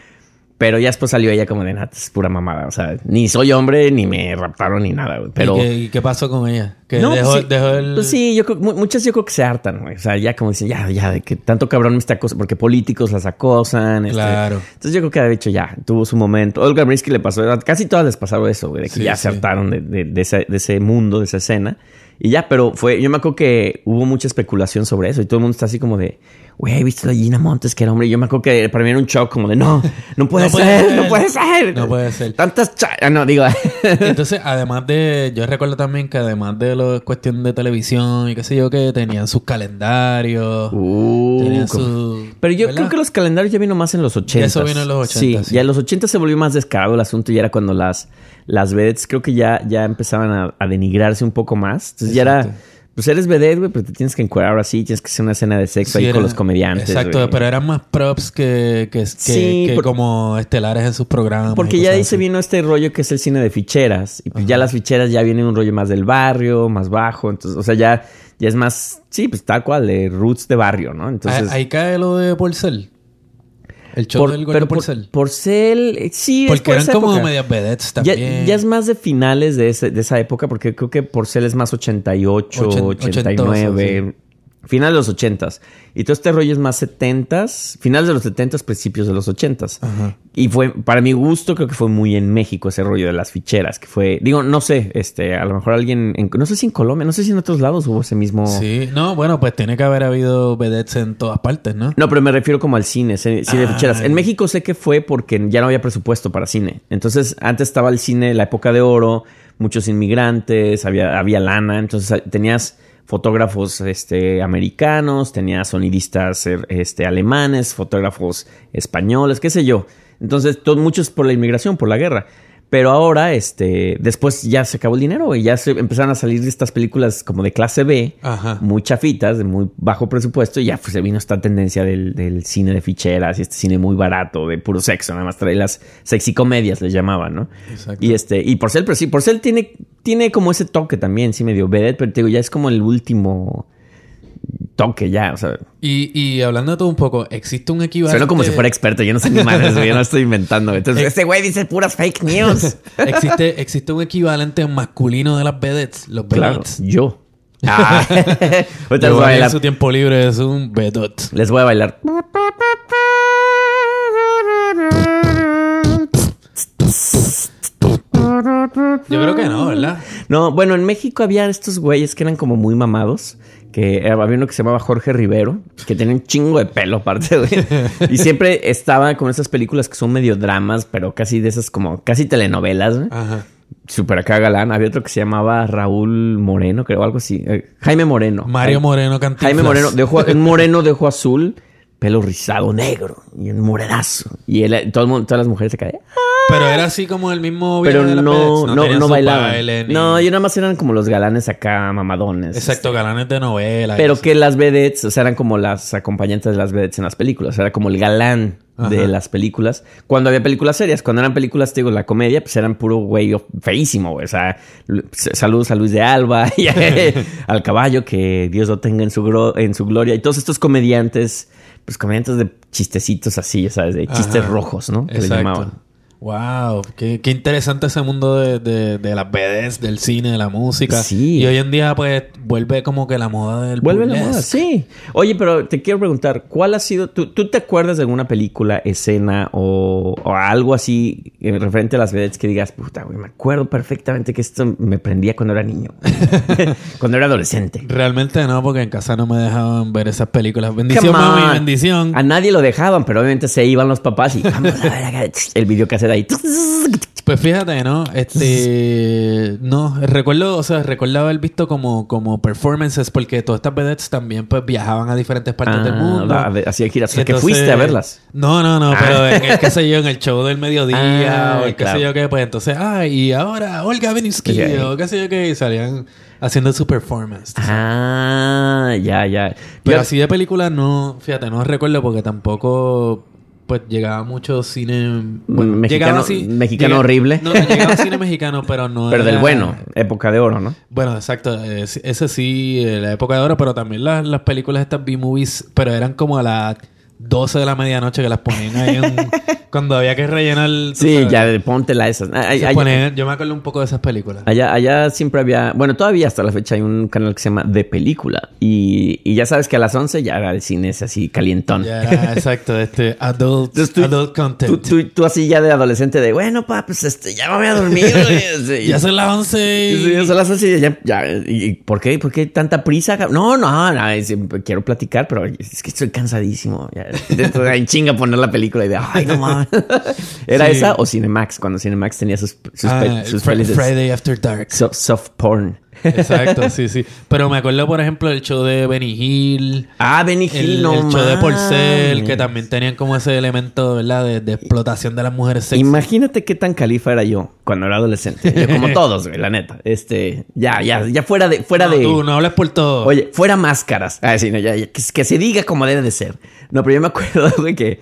Speaker 4: Pero ya después salió ella como de nada, es pura mamada. O sea, ni soy hombre, ni me raptaron, ni nada, güey. Pero...
Speaker 3: ¿Y, qué, y qué pasó con ella? Que
Speaker 4: No,
Speaker 3: dejó,
Speaker 4: pues sí,
Speaker 3: dejó el...
Speaker 4: pues sí, yo creo, mu- muchas yo creo que se hartan, güey. O sea, ya como dicen, ya, ya, de que tanto cabrón me está acosando, porque políticos las acosan. este.
Speaker 3: Claro.
Speaker 4: Entonces yo creo que ha dicho, ya, tuvo su momento. Olga Brinsky le pasó, a casi todas les pasó eso, güey, de que
Speaker 3: Sí,
Speaker 4: ya se
Speaker 3: sí.
Speaker 4: hartaron de, de- de ese, de ese mundo, de esa escena. Y ya, pero fue, yo me acuerdo que hubo mucha especulación sobre eso y todo el mundo está así como de, güey, ¿viste la Gina Montes que era hombre? Y yo me acuerdo que para mí era un shock como de, no, no puede,
Speaker 3: No puede
Speaker 4: ser,
Speaker 3: ser.
Speaker 4: no puede ser.
Speaker 3: No puede ser.
Speaker 4: Tantas, cha- ah, no, digo,
Speaker 3: Entonces, además de... Yo recuerdo también que además de la cuestión de televisión y qué sé yo, que tenían sus calendarios.
Speaker 4: Uh,
Speaker 3: tenían
Speaker 4: como-
Speaker 3: su...
Speaker 4: Pero yo
Speaker 3: ¿verdad?
Speaker 4: creo que los calendarios ya vino más en los 80.
Speaker 3: eso vino en los 80s,
Speaker 4: Sí,
Speaker 3: sí.
Speaker 4: ya en los 80 se volvió más descarado el asunto y era cuando las, las vedettes creo que ya, ya empezaban a, a denigrarse un poco más. Entonces ya era,
Speaker 3: Exacto.
Speaker 4: pues eres vedette, güey, pero te tienes que encuadrar así, tienes que hacer una escena de sexo
Speaker 3: Sí,
Speaker 4: ahí con
Speaker 3: era-
Speaker 4: los comediantes.
Speaker 3: Exacto,
Speaker 4: güey.
Speaker 3: pero eran más props que, que, que-
Speaker 4: Sí,
Speaker 3: que
Speaker 4: por-
Speaker 3: como estelares en sus programas.
Speaker 4: Porque
Speaker 3: y
Speaker 4: ya
Speaker 3: cosas
Speaker 4: ahí se
Speaker 3: así.
Speaker 4: vino este rollo que es el cine de ficheras. Y pues ya las ficheras ya vienen un rollo más del barrio, más bajo. Entonces, o sea, ya, ya es más, sí, pues tal cual, de roots de barrio, ¿no? Entonces,
Speaker 3: Ah, Ahí cae lo de Porcel. El show
Speaker 4: por-
Speaker 3: del gordo
Speaker 4: pero por-
Speaker 3: Porcel.
Speaker 4: Porcel, eh, sí, es
Speaker 3: Porque
Speaker 4: por
Speaker 3: eran
Speaker 4: esa
Speaker 3: como
Speaker 4: época.
Speaker 3: medias vedettes
Speaker 4: Ya,
Speaker 3: también.
Speaker 4: ya es más de finales de, ese- de esa época, porque creo que Porcel es más 88,
Speaker 3: Ochen-
Speaker 4: 89. Final de los 80s. Y todo este rollo es más 70s, finales de los 70s, principios de los 80s. Y fue, para mi gusto, creo que fue muy en México ese rollo de las ficheras, que fue, digo, no sé, este, a lo mejor alguien, en- no sé si en Colombia, no sé si en otros lados hubo ese mismo...
Speaker 3: Sí, no, bueno, pues tiene que haber habido vedettes en todas partes, ¿no? Ah,
Speaker 4: No, pero me refiero como al cine, ce- cine de ficheras. En México sé que fue porque ya no había presupuesto para cine. Entonces, antes estaba el cine, la época de oro, muchos inmigrantes, había, había lana. Entonces, a- tenías fotógrafos este, americanos, tenías sonidistas er, este, alemanes, fotógrafos españoles, qué sé yo. Entonces, to- muchos por la inmigración, por la guerra. Pero ahora, este, después ya se acabó el dinero y ya se empezaron a salir estas películas como de clase B,
Speaker 3: Ajá.
Speaker 4: muy chafitas, de muy bajo presupuesto, y ya pues, se vino esta tendencia del, del cine de ficheras y este cine muy barato, de puro sexo, nada más trae las sexy comedias, les llamaban, ¿no?
Speaker 3: Exacto.
Speaker 4: Y este, y Porcel, pero sí, Porcel tiene, tiene como ese toque también, sí, medio vedet, pero te digo, ya es como el último toque ya, o sea,
Speaker 3: Y, y hablando de todo un poco, existe un equivalente.
Speaker 4: suena como si fuera experto, yo no sé ni madres, güey, yo no estoy inventando. Entonces,
Speaker 3: Eh.
Speaker 4: este güey dice puras fake news.
Speaker 3: existe, existe un equivalente masculino de las vedettes, los
Speaker 4: claro,
Speaker 3: vedettes.
Speaker 4: yo. Ah. Ahorita les
Speaker 3: Pero
Speaker 4: voy a
Speaker 3: en
Speaker 4: bailar.
Speaker 3: su tiempo libre es un vedot.
Speaker 4: Les voy a bailar.
Speaker 3: Yo creo que no, ¿verdad?
Speaker 4: No, bueno, en México había estos güeyes que eran como muy mamados. Que eh, había uno que se llamaba Jorge Rivero, que tenía un chingo de pelo aparte, güey. Y siempre estaba con esas películas que son medio dramas, pero casi de esas como casi telenovelas, güey.
Speaker 3: Ajá.
Speaker 4: Super acá galán. Había otro que se llamaba Raúl Moreno, creo, algo así. Eh, Jaime Moreno.
Speaker 3: Mario
Speaker 4: Jaime-
Speaker 3: Moreno Cantinflas.
Speaker 4: Jaime Moreno, de ojo, un moreno de ojo azul, pelo rizado negro y un morenazo. Y él, eh, todo el mundo- todas las mujeres se caían.
Speaker 3: Pero era así como el mismo
Speaker 4: Pero
Speaker 3: video de las
Speaker 4: no,
Speaker 3: vedettes,
Speaker 4: no,
Speaker 3: tenían
Speaker 4: no
Speaker 3: su
Speaker 4: bailaban.
Speaker 3: baile ni-
Speaker 4: No, yo nada más eran como los galanes acá, mamadones.
Speaker 3: Exacto, galanes de novela. y
Speaker 4: Pero
Speaker 3: eso.
Speaker 4: que las vedettes, o sea, eran como las acompañantes de las vedettes en las películas. Era como el galán de
Speaker 3: Ajá.
Speaker 4: las películas. Cuando había películas serias, cuando eran películas, te digo, la comedia, pues eran puro güey of- feísimo, güey. O sea, l- s- saludos a Luis de Alba y al caballo, que Dios lo tenga en su, gro- en su gloria. Y todos estos comediantes, pues comediantes de chistecitos así, ya sabes, de chistes
Speaker 3: Ajá.
Speaker 4: rojos, ¿no? Que le llamaban.
Speaker 3: Exacto. Wow, qué, qué interesante ese mundo de, de- de las vedettes, del cine, de la música.
Speaker 4: Sí.
Speaker 3: Y hoy en día, pues, vuelve como que la moda del
Speaker 4: Vuelve la moda,
Speaker 3: burlesque.
Speaker 4: sí. Oye, pero te quiero preguntar, ¿cuál ha sido, tú, tú te acuerdas de alguna película, escena o, o algo así eh, referente a las vedettes que digas, puta, güey, me acuerdo perfectamente que esto me prendía cuando era niño, cuando era adolescente?
Speaker 3: Realmente no, porque en casa no me dejaban ver esas películas. Bendición,
Speaker 4: Come on.
Speaker 3: mami, bendición.
Speaker 4: A nadie lo dejaban, pero obviamente se iban los papás y vamos a ver acá, el videocassette ahí.
Speaker 3: Pues fíjate, ¿no? Este. No, recuerdo, o sea, recuerdo haber visto como, como performances, porque todas estas vedettes también, pues, viajaban a diferentes partes del mundo.
Speaker 4: Ah, a ver, así de giras. O sea, que
Speaker 3: Entonces-
Speaker 4: fuiste a verlas.
Speaker 3: No, no, no,
Speaker 4: Ah.
Speaker 3: pero en el, qué sé yo, en el show del mediodía
Speaker 4: Ah,
Speaker 3: o el qué
Speaker 4: claro.
Speaker 3: sé yo qué, pues entonces, ah, y ahora Olga Beninsky
Speaker 4: Sí.
Speaker 3: o qué sé yo qué, y salían haciendo su performance.
Speaker 4: Ah, ya, ya.
Speaker 3: Pero
Speaker 4: Yo-
Speaker 3: así de película no, fíjate, no recuerdo porque tampoco pues llegaba mucho cine
Speaker 4: Mm, mexicano- mexicano horrible.
Speaker 3: No, no, llegaba cine mexicano, pero no
Speaker 4: pero del
Speaker 3: era-
Speaker 4: bueno, época de oro, ¿no?
Speaker 3: Bueno, exacto. es- Ese sí, eh, la época de oro, pero también las, las películas estas B-movies, pero eran como a las 12 de la medianoche que las ponían ahí en- cuando había que rellenar. tú
Speaker 4: Sí,
Speaker 3: sabes.
Speaker 4: ya, de- póntela esas. Ah,
Speaker 3: eh,
Speaker 4: ay,
Speaker 3: Se
Speaker 4: ay,
Speaker 3: ponían- yo me acuerdo un poco de esas películas.
Speaker 4: Allá, allá siempre había, bueno, todavía hasta la fecha hay un canal que se llama De Película. Y, y ya sabes que a las 11 ya el cine es así calientón.
Speaker 3: Ya era, exacto, este adult,
Speaker 4: Entonces tú-
Speaker 3: adult
Speaker 4: Tú,
Speaker 3: content.
Speaker 4: tú, tú así ya de adolescente de, bueno, pa, pues este, ya me voy a dormir. güey".
Speaker 3: ya son las 11.
Speaker 4: Sí,
Speaker 3: y-
Speaker 4: sí, son las 11 y ya, ya, y- y ¿por qué? ¿Por qué tanta prisa? cab- No, no, no, es- eh, quiero platicar, pero es que estoy cansadísimo. Ya, dentro de- en chinga poner la película y de, ay, no mames. ¿Era
Speaker 3: Sí.
Speaker 4: esa o Cinemax? Cuando Cinemax tenía sus, sus,
Speaker 3: Ah,
Speaker 4: pe- sus
Speaker 3: Fri-
Speaker 4: felices-
Speaker 3: Friday After Dark.
Speaker 4: so- soft porn.
Speaker 3: Exacto, sí, sí. Pero me acuerdo, por ejemplo, el show de Benny Hill.
Speaker 4: Ah, Benny Hill,
Speaker 3: El,
Speaker 4: no
Speaker 3: el show de Porcel,
Speaker 4: mames.
Speaker 3: que también tenían como ese elemento, ¿verdad? De, de explotación de las mujeres sexy.
Speaker 4: Imagínate qué tan califa era yo cuando era adolescente. Yo como todos, güey, la neta. Este, ya, ya, ya fuera de, fuera
Speaker 3: No,
Speaker 4: de.
Speaker 3: tú no hablas por todo.
Speaker 4: Oye, fuera máscaras. Ah, sí, no, ya, ya, que, que se diga como debe de ser. No, pero yo me acuerdo, güey, que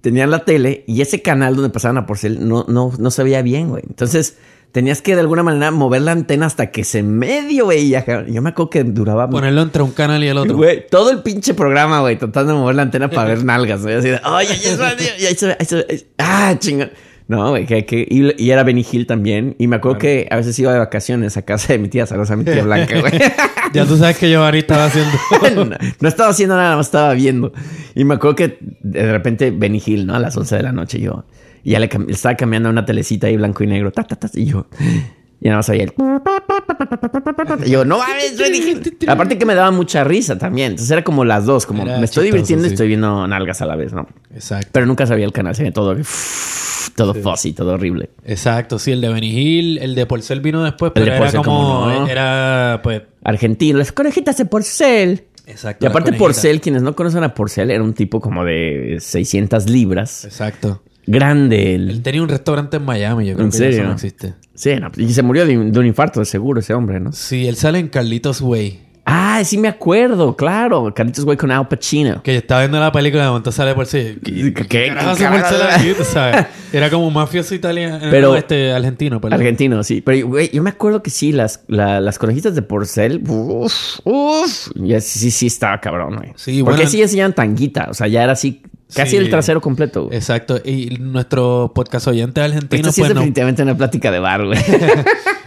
Speaker 4: tenían la tele y ese canal donde pasaban a porcel no, no, no se veía bien, güey. Entonces tenías que de alguna manera mover la antena hasta que se medio veía. cabrón. Yo me acuerdo que duraba.
Speaker 3: Ponerlo entre un canal y el otro.
Speaker 4: Güey, todo el pinche programa, güey, tratando de mover la antena para ver nalgas, güey. Así de, oye, ya es radio", y ahí se ve, ahí se ve, ahí- ah, chingón. No, güey, que, que- y, y era Benny Hill también. Y me acuerdo que a veces iba de vacaciones a casa de mi tía Sarosa, mi tía Blanca, güey.
Speaker 3: Ya tú sabes que Giovanni estaba haciendo.
Speaker 4: no, no estaba haciendo nada, más estaba viendo. Y me acuerdo que de repente Benny Hill, ¿no? A las 11 de la noche yo. Y ya le cam- estaba cambiando una telecita ahí blanco y negro. Ta, ta, ta, y yo. Y nada más oía el. Y yo, no mames, Benny Hill. Aparte que me daba mucha risa también. Entonces era como las dos, como
Speaker 3: Era
Speaker 4: me estoy
Speaker 3: chistoso,
Speaker 4: divirtiendo y
Speaker 3: sí.
Speaker 4: estoy viendo nalgas a la vez, ¿no?
Speaker 3: Exacto.
Speaker 4: Pero nunca sabía el canal, se veía todo. Todo fuzzy, todo horrible.
Speaker 3: Exacto, sí, el de Benny Hill, el de Porcel vino después, pero
Speaker 4: de
Speaker 3: era
Speaker 4: Porcel,
Speaker 3: como.
Speaker 4: ¿cómo no?
Speaker 3: Era, pues.
Speaker 4: Argentino, las conejitas de porcel.
Speaker 3: Exacto.
Speaker 4: Y
Speaker 3: la
Speaker 4: aparte
Speaker 3: conejita.
Speaker 4: Porcel, quienes no conocen a Porcel, era un tipo como de 600 libras.
Speaker 3: Exacto.
Speaker 4: Grande él.
Speaker 3: Él tenía un restaurante en Miami, yo
Speaker 4: Mm.
Speaker 3: creo
Speaker 4: ¿En
Speaker 3: que
Speaker 4: serio?
Speaker 3: eso no existe.
Speaker 4: Sí, no, y se murió de un, de un infarto, de seguro, ese hombre, ¿no?
Speaker 3: Sí, él sale en Carlitos Way.
Speaker 4: Ah, sí me acuerdo, claro. Carlitos Güey con Al Pacino.
Speaker 3: Que yo estaba viendo la película de momento sale por sí. ¿Qué,
Speaker 4: ¿Qué-
Speaker 3: qué
Speaker 4: qué
Speaker 3: carajo hace
Speaker 4: carajo?
Speaker 3: Porcel aquí? Tú sabes. Era como un mafioso italiano.
Speaker 4: Pero-
Speaker 3: no, este, argentino, perdón.
Speaker 4: Argentino, sí. Pero, güey, yo me acuerdo que sí, las, la- las conejitas de Porcel, uff, uff. Ya sí, sí, sí estaba cabrón, güey.
Speaker 3: Sí,
Speaker 4: Porque
Speaker 3: bueno-
Speaker 4: sí ya enseñaban tanguita, o sea, ya era así, casi
Speaker 3: Sí.
Speaker 4: el trasero completo, güey.
Speaker 3: Exacto. Y nuestro podcast oyente argentino,
Speaker 4: Esto sí
Speaker 3: pues
Speaker 4: es
Speaker 3: no.
Speaker 4: definitivamente una plática de bar, güey.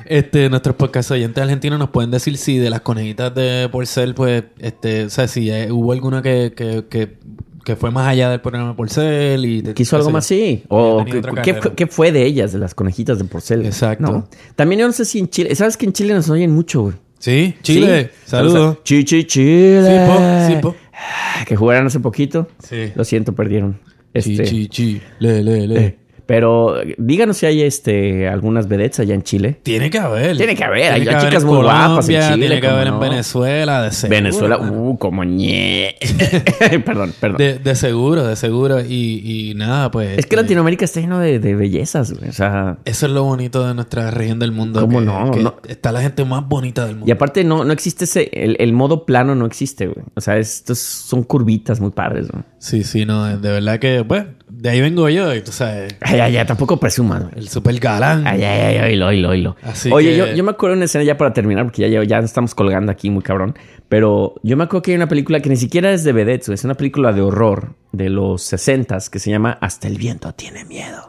Speaker 3: Este, nuestros podcast oyentes argentinos nos pueden decir si de las conejitas de Porcel, pues, este, o sea, si eh, hubo alguna que, que, que, que fue más allá del programa de Porcel y... de-
Speaker 4: Quiso algo
Speaker 3: qué
Speaker 4: más
Speaker 3: sé
Speaker 4: así. O
Speaker 3: tenía otra
Speaker 4: ¿qué- ¿qué,
Speaker 3: carrera.
Speaker 4: fue- qué fue de ellas, de las conejitas de porcel?
Speaker 3: Exacto.
Speaker 4: ¿no? También yo no sé si en Chile. ¿Sabes que en Chile nos oyen mucho, güey?
Speaker 3: yo. Sí, Chile,
Speaker 4: Sí.
Speaker 3: saludos.
Speaker 4: Chi, chi,
Speaker 3: Sí,
Speaker 4: Chile.
Speaker 3: po, sí, po.
Speaker 4: Ah, Que jugaron hace poquito.
Speaker 3: Sí.
Speaker 4: Lo siento, perdieron.
Speaker 3: Chi,
Speaker 4: Este,
Speaker 3: chi, chi, le, le, le.
Speaker 4: eh, Pero eh, díganos si hay este algunas vedettes allá en Chile.
Speaker 3: Tiene que haber.
Speaker 4: Tiene que haber, hay
Speaker 3: haber
Speaker 4: chicas
Speaker 3: en
Speaker 4: muy guapas en
Speaker 3: Colombia,
Speaker 4: Chile,
Speaker 3: Tiene que
Speaker 4: cómo
Speaker 3: haber en
Speaker 4: no.
Speaker 3: Venezuela, de seguro.
Speaker 4: Venezuela, uh, como ñe. perdón, perdón.
Speaker 3: De, de seguro, de seguro. Y, y nada, pues...
Speaker 4: es que
Speaker 3: este,
Speaker 4: Latinoamérica está lleno de, de bellezas, güey. O sea,
Speaker 3: Eso es lo bonito de nuestra región del mundo.
Speaker 4: ¿Cómo
Speaker 3: que-
Speaker 4: no?
Speaker 3: que
Speaker 4: No.
Speaker 3: Está la gente más bonita del mundo.
Speaker 4: Y aparte no, no existe ese, el, el modo plano no existe, güey. O sea, estos son curvitas muy padres, güey.
Speaker 3: Sí, sí, no, de de verdad que, bueno, de ahí vengo yo, y tú sabes,
Speaker 4: Ay, ay, ay, tampoco presumas, güey.
Speaker 3: el super galán.
Speaker 4: Ay, ay, ay, ay, oilo, oilo, oilo.
Speaker 3: Así
Speaker 4: Oye,
Speaker 3: que-
Speaker 4: yo, yo me acuerdo de una escena ya para terminar, porque ya, llevo- ya nos estamos colgando aquí muy cabrón. Pero yo me acuerdo que hay una película que ni siquiera es de vedettes, güey. es una película de horror de los 60 que se llama Hasta el viento tiene miedo.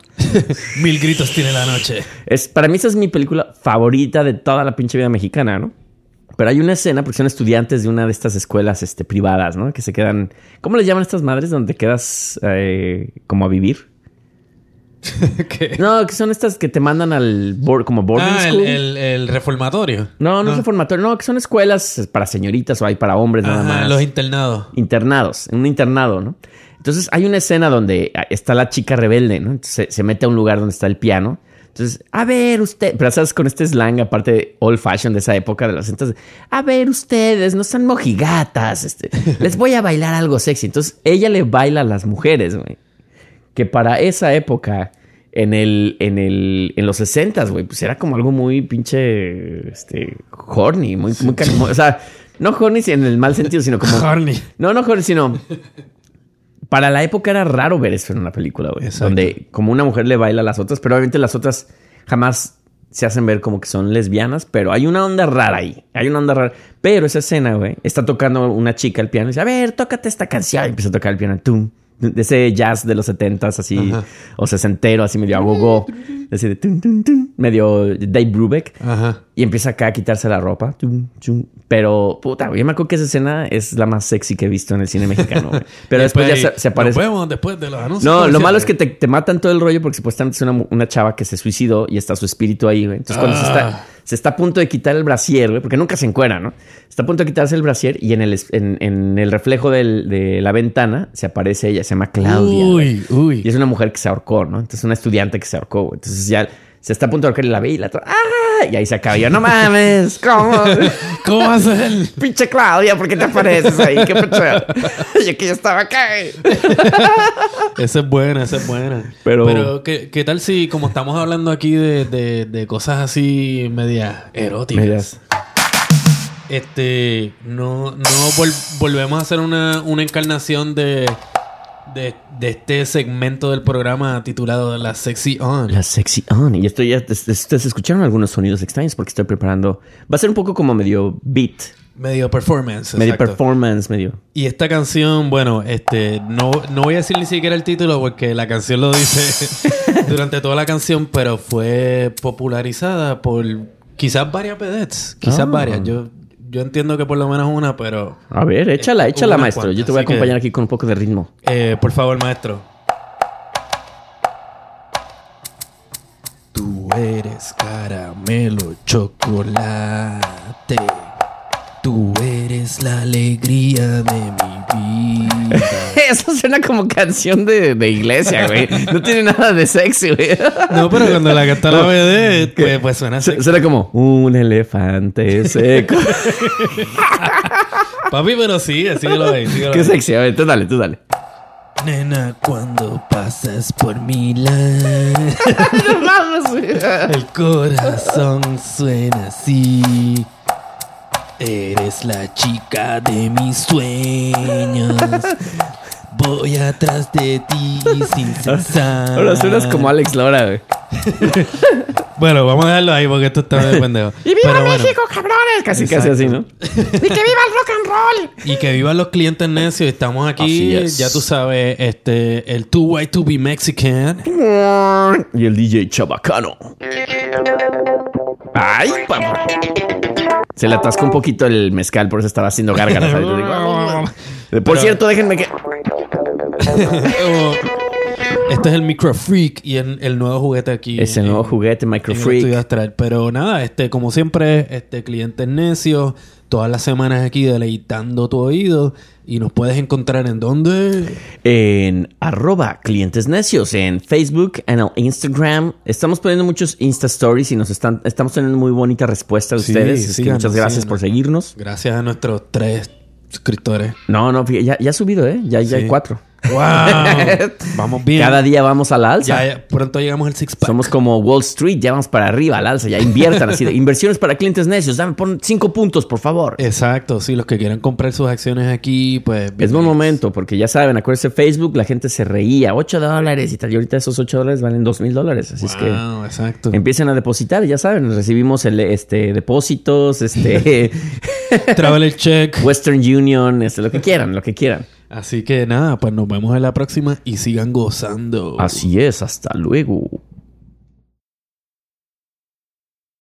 Speaker 3: Mil gritos tiene la noche.
Speaker 4: Es, para mí esa es mi película favorita de toda la pinche vida mexicana, ¿no? Pero hay una escena, porque son estudiantes de una de estas escuelas este, privadas, ¿no? Que se quedan... ¿Cómo les llaman a estas madres donde te quedas eh, como a vivir?
Speaker 3: ¿Qué?
Speaker 4: No, que son estas que te mandan al... board- como boarding
Speaker 3: Ah, el,
Speaker 4: school.
Speaker 3: el- el reformatorio.
Speaker 4: No, no es reformatorio. No, que son escuelas para señoritas o hay para hombres nada
Speaker 3: Ajá,
Speaker 4: más.
Speaker 3: los internados.
Speaker 4: internados, en un internado, ¿no? Entonces hay una escena donde ah, está la chica rebelde, ¿no? Entonces, se, se mete a un lugar donde está el piano. Entonces, a ver, usted, pero sabes, con este slang, aparte de old fashion de esa época de los entonces, a ver, ustedes no son mojigatas, este, les voy a bailar algo sexy. Entonces, ella le baila a las mujeres, güey. Que para esa época, en el, en el, en los 60 güey, pues era como algo muy pinche, este, horny, muy, muy, cani- o sea, no horny en el mal sentido, sino como
Speaker 3: Horny.
Speaker 4: no, no, Jorge, sino. Para la época era raro ver eso en una película, güey.
Speaker 3: Exacto.
Speaker 4: Donde como una mujer le baila a las otras, pero obviamente las otras jamás se hacen ver como que son lesbianas, pero hay una onda rara ahí. Hay una onda rara. Pero esa escena, güey, está tocando una chica al piano y dice, a ver, tócate esta canción. Y empieza a tocar el piano. Tum. De ese jazz de los setentas, así, o sesentero, así medio agogó. Así de tum, tum, tum, medio Dave Brubeck.
Speaker 3: Ajá.
Speaker 4: Y empieza acá a quitarse la ropa. Chum, chum. Pero, puta, yo me acuerdo que esa escena es la más sexy que he visto en el cine mexicano. güey. Pero después, ya
Speaker 3: ahí,
Speaker 4: se, se
Speaker 3: Nos
Speaker 4: aparece.
Speaker 3: vemos después de los anuncios.
Speaker 4: No, lo
Speaker 3: comerciales.
Speaker 4: malo es que te, te matan todo el rollo porque supuestamente es una, mu- una chava que se suicidó y está su espíritu ahí, güey. Entonces, cuando se
Speaker 3: Ah.
Speaker 4: está, se está a punto de quitar el brasier, güey, porque nunca se encuera, ¿no? Está a punto de quitarse el brasier y en el, es- en, en el reflejo del- de la ventana se aparece ella, se llama Claudia. güey.
Speaker 3: Uy, uy.
Speaker 4: Y es una mujer que se ahorcó, ¿no? Entonces, una estudiante que se ahorcó, güey. Entonces, ya se está a punto de ahorcar y la ve y la otra, ¡Ah! Y ahí se acaba. Y Yo, no mames, ¿cómo?
Speaker 3: ¿Cómo va a ser?
Speaker 4: Pinche Claudia, ¿por qué te apareces ahí? ¿Qué pecho? Yo que ya estaba acá. güey.
Speaker 3: Esa es buena, esa es buena.
Speaker 4: Pero-
Speaker 3: ¿qué, qué tal si, como estamos hablando aquí de, de- de cosas así medias eróticas,
Speaker 4: Medias.
Speaker 3: este, no, no vol- volvemos a hacer una, una encarnación de, de, de este segmento del programa titulado La Sexy On?
Speaker 4: La sexy on. Y esto ya, ustedes escucharon algunos sonidos extraños porque estoy preparando. Va a ser un poco como medio beat.
Speaker 3: Medio performance.
Speaker 4: Medio
Speaker 3: exacto.
Speaker 4: performance, medio.
Speaker 3: Y esta canción, bueno, este, no, no voy a decir ni siquiera el título porque la canción lo dice durante toda la canción, pero fue popularizada por quizás varias pedets, quizás
Speaker 4: Ah.
Speaker 3: varias. Yo, yo entiendo que por lo menos una, pero
Speaker 4: A ver, échala,
Speaker 3: Eh,
Speaker 4: échala,
Speaker 3: unas
Speaker 4: maestro. Yo te
Speaker 3: cuantas,
Speaker 4: voy a
Speaker 3: así que-
Speaker 4: acompañar aquí con un poco de ritmo.
Speaker 3: eh, por favor, maestro. Tú eres caramelo, chocolate. Tú eres la alegría de mi vida.
Speaker 4: Eso suena como canción de, de iglesia, güey. No tiene nada de sexy, güey.
Speaker 3: No, pero cuando la canta la BD, pues, pues suena así.
Speaker 4: Su- Suena como un elefante seco.
Speaker 3: Papi, pero sí, síguelo ahí, síguelo
Speaker 4: Qué
Speaker 3: ahí.
Speaker 4: sexy. A ver, tú dale, tú dale.
Speaker 3: Nena, cuando pasas por Milán,
Speaker 4: No mames, güey.
Speaker 3: el corazón suena así. Eres la chica de mis sueños. Voy atrás de ti sin cesar.
Speaker 4: Ahora suenas como Alex Lora, güey.
Speaker 3: Bueno, vamos a dejarlo ahí porque esto está de pendejo.
Speaker 5: ¡Y viva
Speaker 3: Pero bueno.
Speaker 5: México, cabrones!
Speaker 4: Casi,
Speaker 3: Exacto.
Speaker 4: casi así, ¿no?
Speaker 5: ¡Y que viva el rock and roll!
Speaker 3: Y que vivan los clientes necios. Estamos aquí,
Speaker 4: Así es.
Speaker 3: ya tú sabes, este, el Too White to Be Mexican.
Speaker 4: Y el DJ Chabacano. Ay, papá. Se le atascó un poquito el mezcal, por eso estaba haciendo gárgaras. ahorita digo, por cierto, déjenme que.
Speaker 3: Oh, este es el Micro Freak y el, el nuevo juguete aquí.
Speaker 4: Es el nuevo
Speaker 3: en-
Speaker 4: juguete
Speaker 3: en
Speaker 4: Micro
Speaker 3: el
Speaker 4: Freak.
Speaker 3: estudio astral. Pero nada, este, como siempre, este, clientes necios, todas las semanas aquí deleitando tu oído. Y nos puedes encontrar en donde.
Speaker 4: en arroba clientes necios en Facebook en el Instagram estamos poniendo muchos Insta Stories y nos están estamos teniendo muy bonita respuesta de
Speaker 3: Sí,
Speaker 4: ustedes Así que
Speaker 3: síganos,
Speaker 4: muchas gracias
Speaker 3: síganos.
Speaker 4: por seguirnos
Speaker 3: Gracias a nuestros tres suscriptores.
Speaker 4: no no fí- ya, ya ha subido eh ya, ya
Speaker 3: Sí.
Speaker 4: hay cuatro
Speaker 3: ¡Wow! Vamos bien.
Speaker 4: cada día vamos a la alza
Speaker 3: Ya, ya, pronto llegamos al six pack.
Speaker 4: Somos como Wall Street, ya vamos para arriba al alza, ya inviertan así de inversiones para clientes necios, dame pon cinco puntos, por favor.
Speaker 3: Exacto, sí, los que quieran comprar sus acciones aquí, pues.
Speaker 4: Es buen momento, porque ya saben, acuérdense, Facebook, la gente se reía, 8 dólares y tal, y ahorita esos 8 dólares valen 2 mil dólares, así es que... em-
Speaker 3: Wow, exacto.
Speaker 4: Empiecen a depositar, ya saben, recibimos el, este, depósitos, este,
Speaker 3: Traveler check.
Speaker 4: Western Union, este, lo que quieran, lo que quieran.
Speaker 3: Así que nada, pues nos vemos en la próxima y sigan gozando.
Speaker 4: Así es, hasta luego.